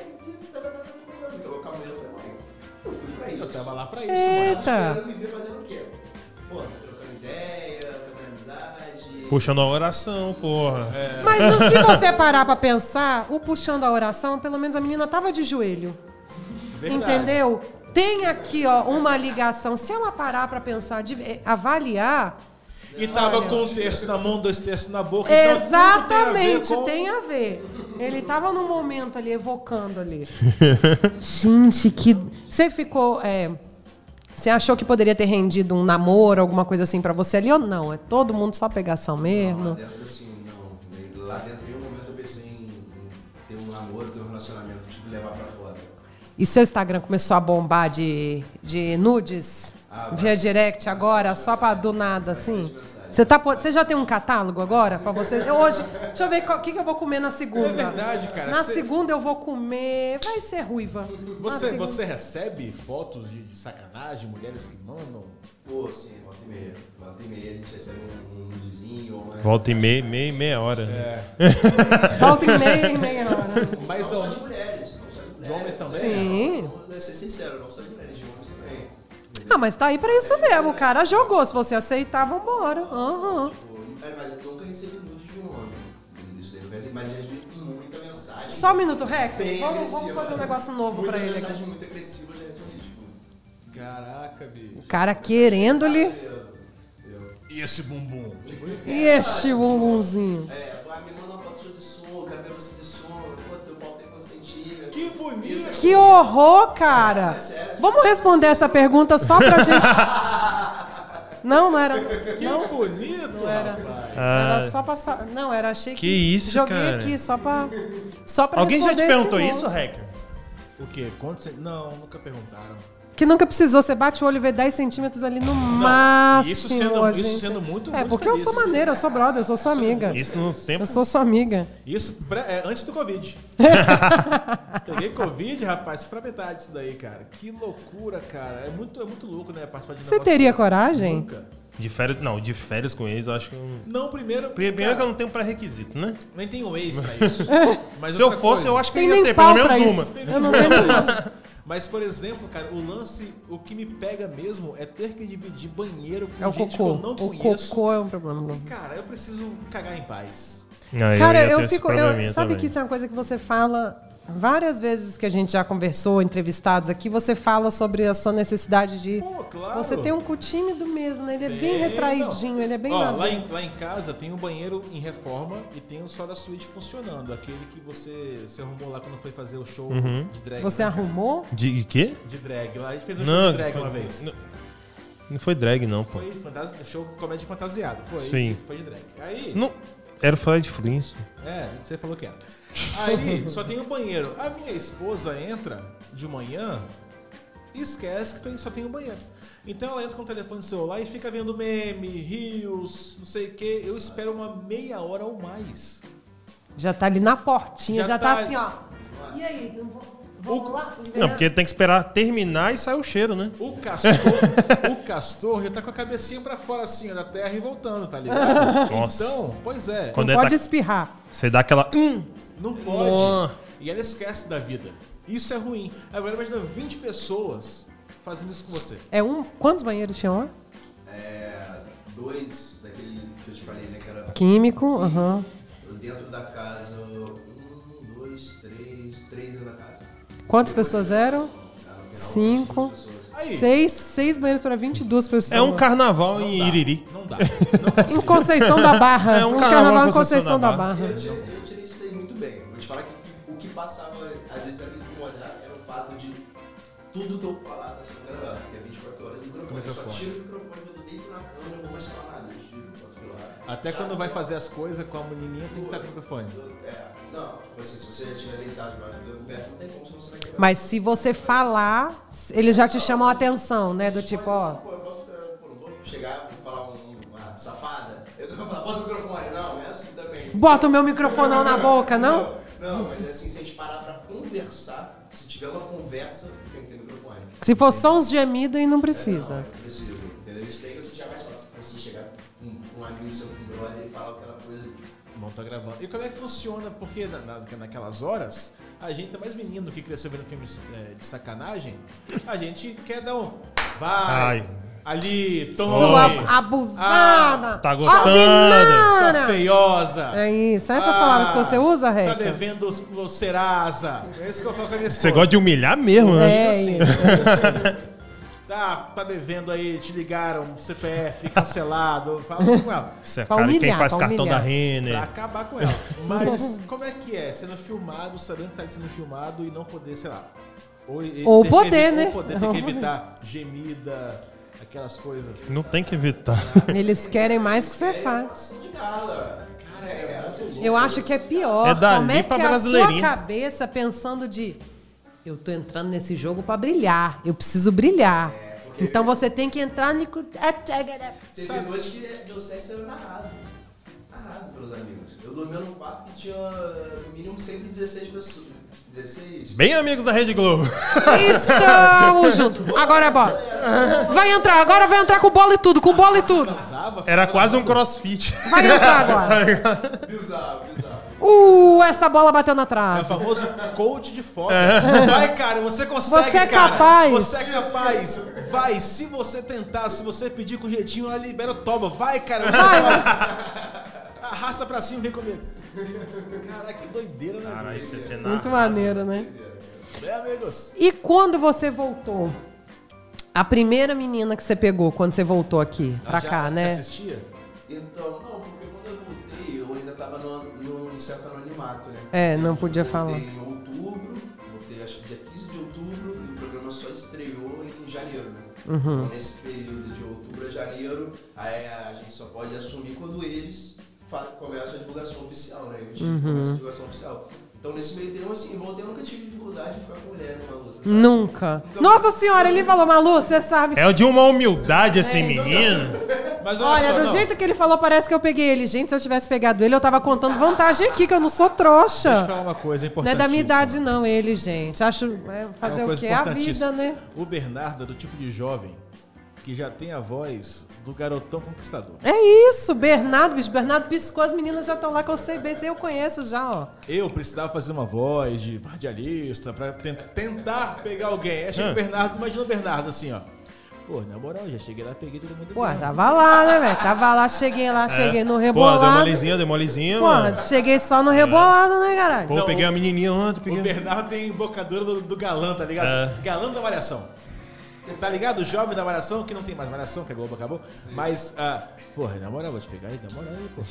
acredita, blá, blá, blá, blá, blá. Então, calma aí, eu falei, mãe, eu fui pra isso. é Eu tava lá pra isso, mano. Eita! Ela me vê fazendo o quê? Pô, trocando ideia, fazendo amizade. Puxando a oração, porra. Mas não, se você parar pra pensar, o puxando a oração, pelo menos a menina tava de joelho. Verdade. Entendeu? Tem aqui, ó, uma ligação. Se ela parar pra pensar, de, eh, avaliar, E tava com um terço na mão, dois terços na boca. então tudo exatamente, tem a ver com- tem a ver. Ele tava num momento ali, evocando ali. Gente, que. Você ficou. é, Você achou que poderia ter rendido um namoro, alguma coisa assim pra você ali ou não? É todo mundo só pegação Lá mesmo? dentro, assim, não. Meio- Lá dentro, em um momento, eu pensei em em ter um namoro, ter um relacionamento, tipo, levar pra fora. E seu Instagram começou a bombar de, de nudes Ah, via direct agora, só pra do nada, assim? Você tá, po- você já tem um catálogo agora para você? Eu hoje, deixa eu ver o que, que eu vou comer na segunda. É verdade, cara. Na Você- segunda eu vou comer, vai ser ruiva. Na Você, segunda- você recebe fotos de, de sacanagem, mulheres que mandam? Pô, sim, volta e meia. Volta e meia, a gente recebe um, um nudezinho ou uma... Volta e meia, meia, meia hora. né? Volta em meia em meia hora. né? Mas Não só ó, de mulheres, não só de mulheres. de homens também? Sim. Vamos né? ser sincero, não só de mulheres, de homens também. Ah, mas tá aí pra isso mesmo. O cara jogou. Se você aceitar, vambora. Aham. Tipo, cara, mas eu nunca recebi nude de um homem. Isso daí, mas- mas eu recebi muita mensagem. Só um minuto, Rec. bem Vamos, vamos agressiva. fazer um negócio novo muita pra ele mensagem aqui. muito agressiva, eu já recebi, tipo... Caraca, bicho. O cara querendo-lhe. E esse bumbum? E este bumbumzinho? É, pô, ah, me manda uma foto sua de sono, cabelo assim de sono, pô, teu pau tem quantos centímetros? Que bonito. Que horror, cara! Vamos responder essa pergunta só pra gente. Não, não era. Que Não, bonito, não era. Ah. rapaz. Era só pra. sa- Não, era achei que. Que isso, Joguei cara. aqui só pra. Só pra Alguém já te responder esse perguntou moço. isso, Hacker? O quê? Quanto você... Não, nunca perguntaram. Que nunca precisou, você bate o olho e vê 10 centímetros ali no máximo. isso sendo- a isso gente. sendo muito, É, muito porque feliz. eu sou maneira, eu sou brother, eu sou sua amiga. Isso no tempo. Eu sou sua amiga. Isso pré- é, antes do Covid. Peguei Covid, rapaz, pra metade disso daí, cara. Que loucura, cara. É muito, é muito louco, né? Participar de um Você negócio teria desse. coragem? Nunca. De férias, não, de férias com eles, eu acho que. eu não- Não, primeiro. Primeiro cara, que eu não tenho pré-requisito, né? Nem tem um ex pra isso. Mas Se eu outra fosse, coisa- eu acho que Tem eu ia nem ter pau pelo pra menos isso. uma. Eu não tenho nem pau. Mas, por exemplo, cara, o lance, o que me pega mesmo é ter que dividir banheiro com É o gente cocô. que eu não O conheço. cocô é um problema. Cara, eu preciso cagar em paz. Não, Cara, ia eu, ter esse fico. eu- probleminha sabe também. que isso é uma coisa que você fala várias vezes que a gente já conversou, entrevistados aqui, você fala sobre a sua necessidade de. Pô, claro. Você tem um cu tímido mesmo, né? Ele é bem Tem, retraidinho, não. ele é bem. Ó, lá lá, dentro. em, lá em casa tem um banheiro em reforma e tem o só da suíte funcionando. Aquele que você se arrumou lá quando foi fazer o show Uhum. de drag. Você né? arrumou? De de quê? De drag. Lá a gente fez um show Não, de drag foi- uma vez. Não, não foi drag, não, pô. Foi fantasi... show comédia fantasiado. Foi. Sim. Foi de drag. Aí. Não, era o Fred Flintstone. É, você falou que era. Aí só tem um banheiro. A minha esposa entra de manhã e esquece que tem- só tem um banheiro. Então ela entra com o telefone celular e fica vendo meme, rios, não sei o que. Eu espero uma meia hora ou mais. Já tá ali na portinha, Já já, tá, tá- assim, ó. E aí? não vou- Vamos lá? É. Não, porque tem que esperar terminar e sair o cheiro, né? O castor, o castor já tá com a cabecinha pra fora assim, ó, da terra e voltando, tá ligado? Nossa. Então, pois é, Quando Não ele pode tá- espirrar. Você dá aquela. "Hum", não pode. Ó. E ela esquece da vida. Isso é ruim. Agora imagina 20 pessoas fazendo isso com você. É um. Quantos banheiros tinham lá? É, dois daquele que eu te falei, né, que era Químico, aham. dentro da casa, um, dois, três, três dentro da casa. Quantas pessoas eram? Tá? No final, Cinco. duas pessoas. Aí. Seis, seis banheiros pra 22 pessoas. é um carnaval então, Não em dá, Iriri. Não dá. Não Em consigo. Conceição da Barra. É um um carnaval né? carnaval em em Conceição da Barra. Eu tirei, eu tirei isso daí muito bem. Vou te falar que o que passava, às vezes, a me incomodar era o fato de tudo que eu falar tá sendo gravado, porque é 24 horas de microfone. Eu só tiro o microfone quando eu deito na cama, eu não vou mais falar nada. Eu tiro, posso falar. Até Já quando vai tô- fazer as coisas com a menininha tem que estar com o microfone. eu- É, não, tipo assim, se você já tiver deitado debaixo do pé, não tem como, senão você vai quebrar. Mas se você falar, eles já te chamam a atenção, né? Do tipo, ó. Pô, eu posso, eh, pô, não vou chegar e falar um- uma safada. Eu não vou falar, bota o microfone, não, é assim também. Bota o meu microfonão na boca, não? Não, mas é assim, se a gente parar pra conversar, se tiver uma conversa, tem que ter microfone. Se for só uns gemidos, aí não Não, precisa. é preciso, entendeu? Isso daí você já vai só. Se você chegar com com um amigo seu, com um brother e falar aquela coisa, tipo, Bom, tá gravando. E como é que funciona? Porque na- na- naquelas horas, a gente é mais menino que cresceu vendo filmes é, de sacanagem. A gente quer dar um. Vai! Ai. Ali, tome. Sua abusada. Tá gostando? Sua ordinária. feiosa. É isso. São essas palavras que você usa, Ah, Reca? Tá devendo os- o Serasa. É isso que eu falo com a minha Você esposa. gosta de humilhar mesmo, né? É Assim, isso. Tá, tá devendo aí, te ligaram, CPF cancelado. Fala assim com ela. Isso é Pra cara de quem humilhar, faz pra cartão da humilhar. Pra Renner. acabar com ela. Mas como é que é? Sendo filmado, sabendo que tá sendo filmado e não poder, sei lá. Ou, e- Ou ter que poder, evi- né? Ou poder ter que evitar gemida, aquelas coisas. Não tem que evitar. Eles querem mais que você faça. Assim de gala. Cara, é muito Eu acho que é pior. É dali Como é pra que é a brasileirinha. sua cabeça pensando de eu tô entrando nesse jogo pra brilhar, eu preciso brilhar. Então você tem que entrar no É, Teve noite que é- deu sexo eu era narrado. Narrado pelos amigos. Eu dormia num quarto que tinha no mínimo 116 pessoas. 16? Bem amigos da Rede Globo. Estamos juntos. Agora é bola. Vai entrar, agora vai entrar com bola e tudo, com bola e tudo. Casava, Era quase um crossfit. Vai entrar agora. Bizarro, bizarro. Uh, essa bola bateu na É o trave. famoso coach de foda. É. Vai, cara, você consegue, Você é cara. capaz. Você é capaz. Vai, se você tentar, se você pedir com jeitinho, ela libera, toma. Vai, cara. Você Vai, pode. Arrasta pra cima, vem comigo. Caraca, que doideira, né? Caralho, isso é cenário. Muito maneiro, né? Bem, amigos. E quando você voltou? A primeira menina que você pegou quando você voltou aqui, pra Ah, Já cá, te né? assistia? Então, não, porque quando eu voltei, eu ainda tava no, no certo anonimato, né? É, não podia Eu falar. Voltei em outubro, voltei acho que dia 15 de outubro, e o programa só estreou em janeiro, né? Uhum. Então, nesse período de outubro a janeiro, aí a gente só pode assumir quando eles fa- começam a divulgação oficial, né? Eu tive Uhum. começa a divulgação oficial. Então, nesse meio tempo, assim, voltei, eu nunca tive dificuldade de ficar com mulher numa luta. assim. Uhum. sabe? Nunca. Nossa senhora, ele falou, Malu, você sabe. É de uma humildade É, esse então, menino. Mas olha, Olha, só, do não. jeito que ele falou, parece que eu peguei ele. Gente, se eu tivesse pegado ele, eu tava contando vantagem aqui, que eu não sou Deixa eu trouxa. falar um uma coisa Não é importante. da minha idade, não, ele, gente. Acho. é, fazer o quê? É a vida, né? O Bernardo é do tipo de jovem que já tem a voz do garotão conquistador. É isso, Bernardo, bicho. Bernardo piscou, as meninas já estão lá, que eu sei bem, sei, eu conheço já, ó. Eu precisava fazer uma voz de radialista pra ten- tentar pegar alguém. Aí Ah. chega o Bernardo, imagina o Bernardo assim, ó. Pô, na moral, já cheguei lá, peguei todo mundo. Pô, bem. tava lá, né, velho? Tava lá, cheguei É. lá, cheguei no Porra, É. deu rebolado. molezinha, deu molezinha, Porra, mano. cheguei só É. no rebolado, né, caralho? Pô, Não, peguei o- a menininha ontem, O peguei... Bernardo tem embocadura do, do galã, tá ligado? É. Galã da Malhação. Tá ligado? O jovem da Malhação, que não tem mais Malhação, que a Globo acabou. Mas, ah, porra, na moral, vou te pegar aí, na moral aí, pô.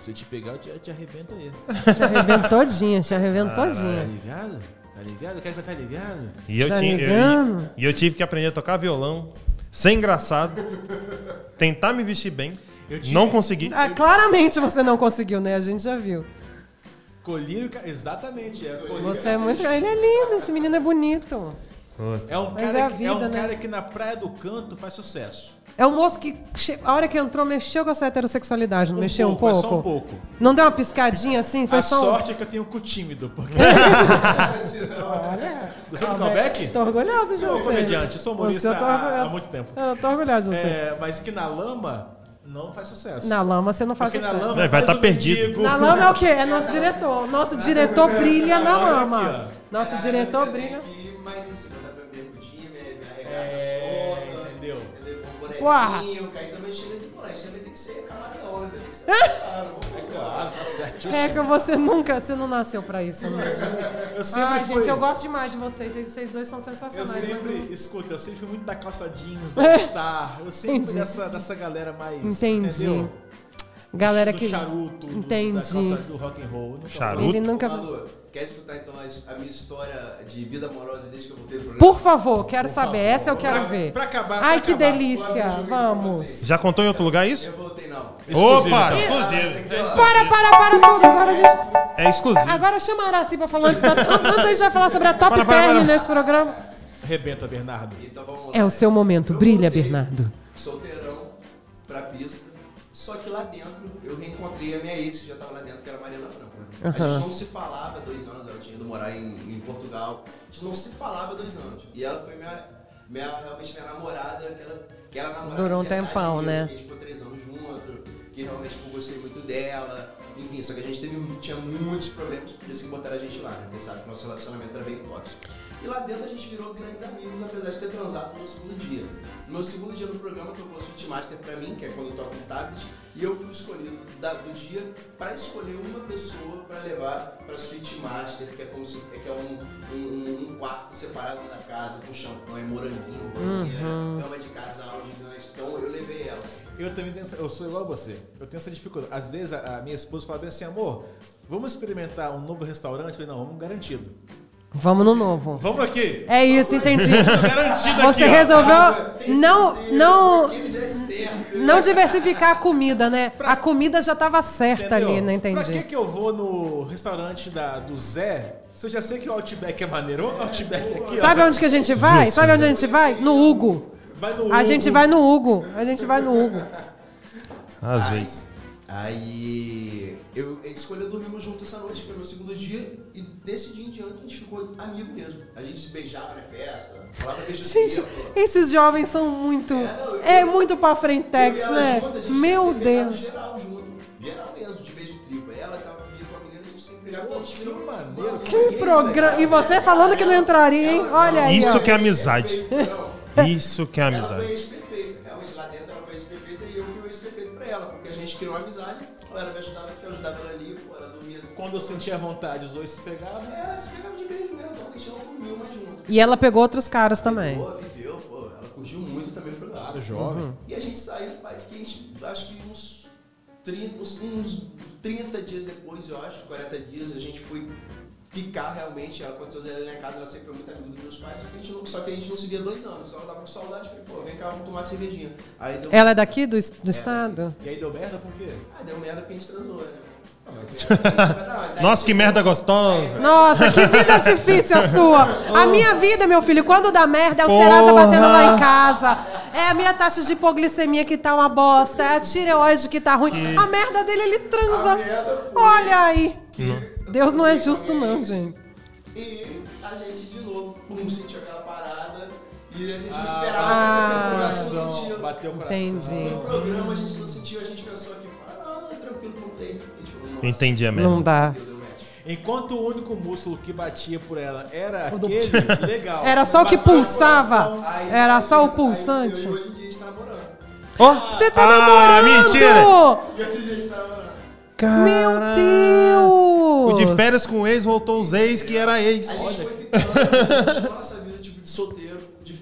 Se eu te pegar, eu te, eu te arrebento aí. Te arrebentodinha, te arrebentodinha. Tá ligado? Tá ligado? Quer que eu tá ligado? E eu, Tá tinha, eu- ligando? e eu tive que aprender a tocar violão, ser engraçado, tentar me vestir bem, Eu tive- não consegui. Ah, claramente você não conseguiu, né? A gente já viu. Colírio, e ca- exatamente, é. colírio. Você é muito. Ele é lindo, esse menino é bonito. Puta. É um, Mas cara, é a que, é um vida, né? cara que na Praia do Canto faz sucesso. É um moço que, che- a hora que entrou, mexeu com a sua heterossexualidade, não Um mexeu pouco, é um só pouco? um pouco. Não deu uma piscadinha assim? Foi a só um... sorte é que eu tenho um cu tímido, porque. Olha, Gostou do callback? Calbeck, Tô orgulhosa de Sou você. né? comediante, sou humorista Você, eu tô há- orgulhosa. há muito tempo. Eu tô orgulhosa de você. É, mas que na lama não faz sucesso. Na lama você não faz né? Porque na sucesso. lama É, vai faz tá o perdido. mendigo. Na lama é o quê? É nosso diretor. Nosso diretor brilha na Olha lama. aqui, Nosso diretor brilha. E mais isso, eu tava bermudinha, minha, minha regata É, solta, entendeu? entendeu? Com Porra. um bonequinho, caindo também chega assim, pô, a gente também tem que ser camarão, né? Tem que ser claro, vamos lá. Ah, tá certíssimo. É que você nunca, você não nasceu pra isso, né? Eu sempre Ai, fui. gente, eu gosto né? demais de vocês. Vocês, vocês dois são eu sensacionais. mas sempre, não- escuta, eu sempre fui muito da calça jeans, do All-Star. Eu sempre fui Entendi. dessa, dessa galera mais. Entendi. Entendeu? Galera do que. charuto, do- da Entendi. calça do rock and roll. Nunca Charuto? Ele nunca. Malu, quer escutar então a, a minha história de vida amorosa desde que eu voltei pro programa? Por favor, quero saber. Essa eu Pra- quero ver. pra acabar, pra Ai, que acabar. delícia. Vamos. Já contou em outro lugar isso? Eu voltei não. Exclusivo, Opa, então. exclusivo. É exclusivo. Para, para, para tudo. Agora a gente. É exclusivo. Agora chama a Araci pra falar antes da. Antes a gente vai falar sobre a top Para, para, term para. nesse programa. Arrebenta, Bernardo. Então vamos lá. É o seu momento. Eu Brilha, voltei Bernardo. Solteirão pra pista. Só que lá dentro eu reencontrei a minha ex, que já tava lá dentro, que era a Mariana Franco. né? A gente não se falava há dois anos, ela tinha ido morar em, em Portugal. A gente não se falava há dois anos. E ela foi minha, minha, realmente minha namorada, que ela, que ela namorada. Durou um de verdade tempão, mesmo, né? que A gente ficou três anos junto, que realmente tipo, eu gostei muito dela. Enfim, assim só que a gente teve, tinha muitos problemas por isso que botaram a gente lá, né? Porque sabe que nosso relacionamento era bem tóxico. E lá dentro a gente virou grandes amigos, apesar de ter transado no meu segundo dia. No meu segundo dia no programa tocou Switch Master pra mim, que é quando eu toco no tablet, e eu fui escolhido da- do dia pra escolher uma pessoa pra levar pra Switch Master, que é como se que é um, um- um quarto separado da casa, com champanhe, moranguinho, banheira, cama de casal gigante. Então eu levei ela. Eu também tenho essa, eu sou igual a você. Eu tenho essa dificuldade. Às vezes a, a minha esposa fala bem assim, amor, vamos experimentar um novo restaurante? Eu falei, não, vamos garantido. Vamos no novo. Vamos aqui! É isso, entendi. Garantido Você aqui, ó. resolveu não, não, Ele já é certo. não diversificar a comida, né? A comida já tava certa Entendeu? ali, não Pra que, entendi. que eu vou no restaurante da, do Zé? Se eu já sei que o Outback é maneiro, vamos no Outback aqui, Sabe ó. onde que a gente vai? Sabe onde a gente vai? No Hugo. Vai no A gente Hugo. vai no Hugo. A gente vai no Hugo. Às vezes. Aí eu escolhi dormimos junto essa noite, foi meu segundo dia, e desse dia em diante a gente ficou amigo mesmo. A gente se beijava na festa, falava beijo Gente, esses jovens são muito. É muito pra frentex, né? Meu Deus. Geral, junto, geral mesmo, de beijo triplo. Ela tava via com a menina, a gente sempre pegava, então a gente Que virou maneiro. Que programa. E você falando que não entraria, hein? Olha aí. Isso ó. que é amizade. Não, Isso que é Ela foi amizade. ex-perfeita. Realmente lá dentro ela foi ex-perfeita e eu fui o ex-perfeito pra ela, porque a gente criou uma amizade. Ela me ajudava aqui, eu ajudava ela ali, pô, ela dormia. Quando eu sentia vontade, os dois se pegavam. É, se pegava de beijo mesmo, então a gente não dormiu mais junto. E ela pegou outros caras também. Pô, viveu, pô, ela curtiu muito também foi lá. Claro, jovem. Uhum. E a gente saiu, acho que, a gente- acho que uns, 30, uns, uns 30 dias depois, eu acho, 40 dias, a gente foi ficar realmente, ela, aconteceu ela na casa, ela sempre foi muito amiga dos meus pais, só que a gente não, só que a gente não se via dois anos, ela tava com saudade, falei, pô, vem cá, vamos tomar uma cervejinha. Aí deu, Ela é daqui do, es- do estado? E aí deu merda por quê? ah, deu merda que a gente transou, né? Não, mas- mas aí- Nossa, que merda gostosa. Nossa, que vida difícil a sua! A minha vida, meu filho, quando dá merda, é o Oh. Porra. Serasa batendo lá em casa. É a minha taxa de hipoglicemia que tá uma bosta, é a tireoide que tá ruim. A merda dele, ele transa. Olha aí. Deus não é justo, não, gente. E a gente de novo, pum, sentiu aquela parada, e a gente não Ah, esperava que essa temporada assim, não sentiu. Coração, bateu o coração. Entendi. No programa a gente não sentiu, a gente pensou aqui, ah, não, não, tranquilo, não tem. A gente falou, nossa, Não entendi a Não merda. dá. deu match. Enquanto o único músculo que batia por ela era O do- aquele, legal. Era só o que Bateu pulsava. coração. Aí- Era só o aí, pulsante. eu e Hoje em dia a gente tá namorando. Você tá Ah, namorando! E hoje em dia a gente tá namorando. Meu Deus! O de férias com o ex voltou os ex que era A ex. gente foi ficando, a gente nossa vida tipo, de solteiro, de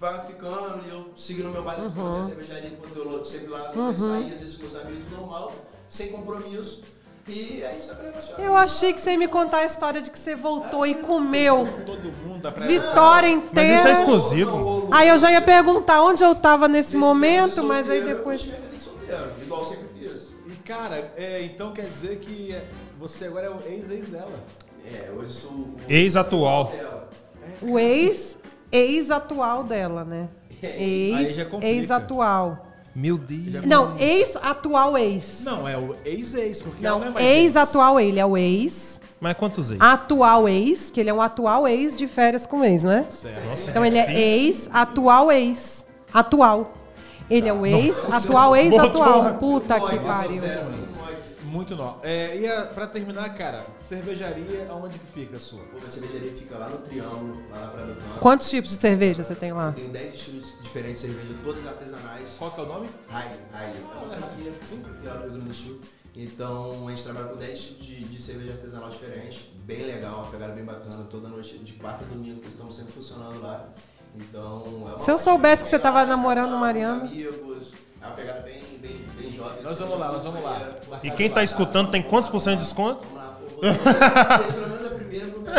vai ficando, e eu seguindo meu baile, uhum. cervejaria, quando eu sempre lá, eu saía às vezes com os amigos, normal, sem compromisso. E aí isso é relacionamento. Eu achei que você ia me contar a história de que você voltou e comeu Todo mundo da praia. vitória Mas inteira. isso é exclusivo. Aí eu já ia perguntar onde eu tava nesse momento, mas aí depois. Solteiro, igual eu sempre fiz. E cara, é, então quer dizer que é, você agora é o ex-ex dela. É, hoje eu sou o Ex-atual. dela. O ex, ex-atual dela, né? Aí Ex, já complica. ex-atual. Meu Deus. Não, ex-atual ex. Não, é o ex-ex, porque ela não é Não, mais ex. ex-atual ele é o ex. Mas quantos Ah, ex? Atual ex, que ele é um atual ex de férias com ex, né? Nossa, Então que ele é difícil. ex, atual ex. Atual. Ele é o ex, atual ex, Botou. atual. Puta que Nossa, pariu. sério, não pode. Muito nó. É, e a, pra terminar, cara, cervejaria, aonde que fica a sua? Pô, a cervejaria fica lá no Triângulo, lá na Praia do Campo. Quantos tipos de cerveja você tem lá? Tem 10 estilos diferentes de cerveja, todas artesanais. Qual que é o nome? Heine, Heine. É uma franquia, sempre que é do Rio Grande do Sul. Então a gente trabalha com 10 tipos de, de cerveja artesanal diferente, bem legal, uma pegada bem bacana, toda noite, de quarta a domingo, estamos sempre funcionando lá. Então, é uma Se eu vibe soubesse que você legal, tava legal, namorando com Mariana. amigos, É uma pegada bem, bem, bem jovem. assim, Nós vamos lá, nós vamos lá. Maneira. E quem tá escutando tem quantos por cento de desconto? Vamos lá, pô. Vocês pelo menos a primeira, pelo menos.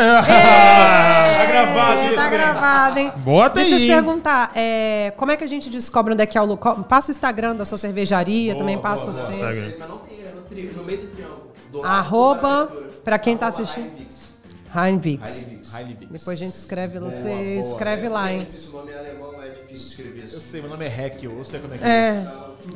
Tá gravado É, isso, Tá hein? gravado, hein? Bota Deixa aí, eu te hein? perguntar, é, como é que a gente descobre onde é que é o local? Passa o Instagram da sua cervejaria, também passa o seu. Instagram. Mas não tem, é no, tri, no meio do triângulo. do lado do Arroba, Bar da Cultura. pra quem tá Arroba assistindo. Heinvix. Heinvix. Heinvix. Depois a gente escreve, Boa, você boa. escreve lá, É hein? difícil, o nome é alemão, mas é difícil escrever isso. Eu sei, meu nome é Hack, eu sei como é que É.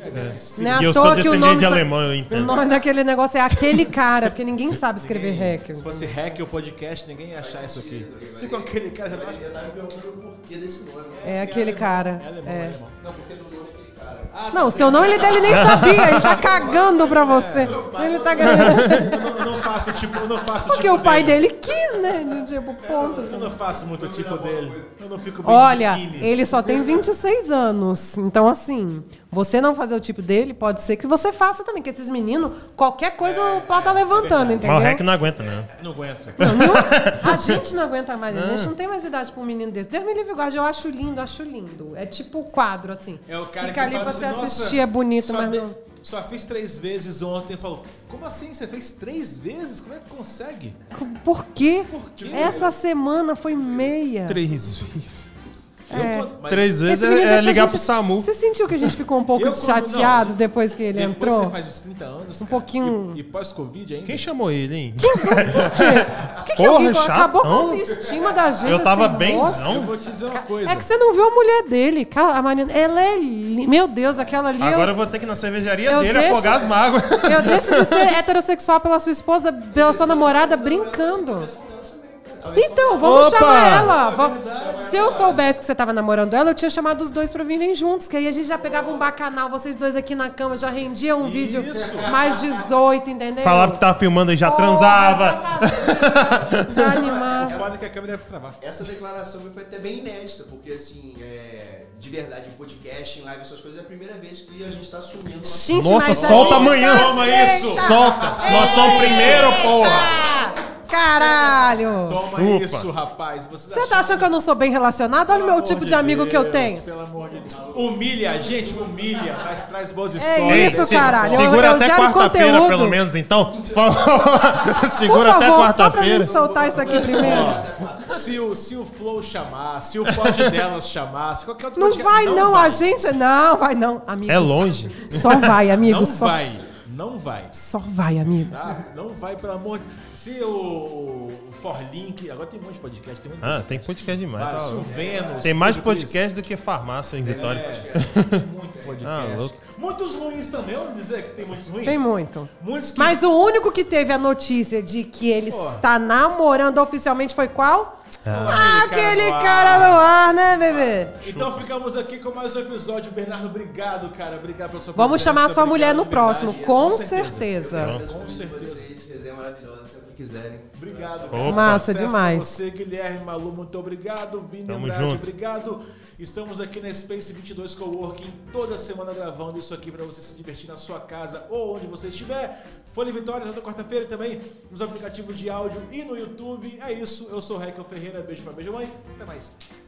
É difícil. Não é à E eu toa sou que o descendente nome de dessa- alemão, eu O entendo. nome daquele negócio é aquele cara, porque ninguém sabe escrever hacker. Se fosse hack ou podcast, ninguém ia achar isso aqui. Se com aquele cara, já Mas tá... eu tava me perguntando o porquê desse nome. É aquele cara. É alemão, é É. alemão. Não, porque do nome é aquele cara. Ah, Não, tá o seu nome ele, ele nem sabia, ele tá cagando pra você. Ele tá cagando. Eu não, eu não faço tipo, eu não faço Porque tipo o pai dele. dele quis, né? Tipo, ponto. Eu não faço muito tipo dele. Eu não fico bem Olha, biquíni. ele só tem 26 anos. Então, assim, você não fazer o tipo dele, pode ser que você faça também, que esses meninos, qualquer coisa o pau tá levantando, Mas o REC entendeu? não aguenta, né? não aguento. A gente não aguenta mais, a Ah. gente não tem mais idade pra um menino desse. Deus me livre e guarde, eu acho lindo, acho lindo. É tipo quadro, assim. É o cara Fica que ali fala pra assim, você "Nossa, assistir, é bonito, só mas de- não. Só fiz três vezes ontem. Eu falo, como assim? Você fez três vezes? Como é que consegue? Por quê? quê? Essa semana foi meia. Três vezes. É. Eu, mas Três vezes Esse menino é, é deixou a ligar gente- pro SAMU. Você sentiu que a gente ficou um pouco Eu quando- não, chateado gente, depois que ele depois entrou? Você faz os 30 anos. Um cara, pouquinho- E, e pós-Covid ainda. Quem chamou ele, hein? Por que que alguém Porra, acabou com a chatão. autoestima da gente? Eu tava assim, benzão. nossa. Eu vou te dizer uma coisa. É que você não viu a mulher dele. Cara, a Marina, ela é. li- Meu Deus, aquela ali. é Agora eu eu... vou ter que ir na cervejaria eu dele deixo- afogar as mágoas. eu deixo de ser heterossexual pela sua esposa, pela sua namorada, brincando. Então, vamos Opa! chamar ela. Va- Se eu soubesse que você tava namorando ela, eu tinha chamado os dois pra virem juntos, que aí a gente já pegava um bacanal, vocês dois aqui na cama, já rendia um vídeo mais 18, entendeu? Falava que tava filmando e já Porra, transava. safadinho, Já animava. O foda é que a câmera deve travar. Essa declaração foi até bem inédita, porque assim, é, de verdade, em podcast, em live, essas coisas, é a primeira vez que a gente tá assumindo. nossa- Gente, Nossa, mas a solta gente amanhã. tá Toma certa. isso. Solta. Nós somos primeiro, porra. Eita, Caralho! Toma Chupa. isso, rapaz. Você Você tá achando que eu não sou bem relacionada? Olha o meu tipo de amigo que eu tenho. Pelo amor de Deus. Humilha a gente, humilha, mas traz boas É histórias. isso, caralho. Eu- Segura eu até gero quarta-feira, conteúdo. pelo menos, então. Segura Por até favor, só pra quarta-feira. gente soltar isso aqui primeiro. Se o, se o Flow chamar, se o pod delas chamar, se qualquer outro Não podcast- vai, não, a gente. Não, vai não, amigo. É longe. Só vai, amigo. Não só, vai, não vai. só vai, amigo. Tá? Não vai, pelo amor de Se o o Forlink. Agora tem um monte de podcast. Tem um monte de Ah, tem podcast demais. Vários, tá o louco. Vênus, Tem mais tudo isso. podcast do que farmácia em Vitória. É, muito podcast. Ah, louco. Muitos ruins também, vamos dizer que tem muitos ruins. Tem muito. Muitos que Mas o único que teve a notícia de que ele Porra. está namorando oficialmente foi qual? Ah. Aquele cara no ar, né, bebê? Então ficamos aqui com mais um episódio. Bernardo, obrigado, cara. Obrigado pela sua Vamos presença, chamar a sua obrigado, mulher no de próximo, verdade. né? É, com Com certeza. Agradeço Com muito certeza. vocês, resenha maravilhosa, sempre que quiserem. Obrigado. Opa. Massa Sucesso demais. pra Você, Guilherme, Malu, muito obrigado. Vini Tamo Andrade, junto. obrigado. Estamos aqui na Space 22 Coworking, toda semana gravando isso aqui para você se divertir na sua casa ou onde você estiver. Folha Vitória, toda quarta-feira também nos aplicativos de áudio e no YouTube. É isso, eu sou o Raquel Ferreira. Beijo pra beijo, mãe. Até mais.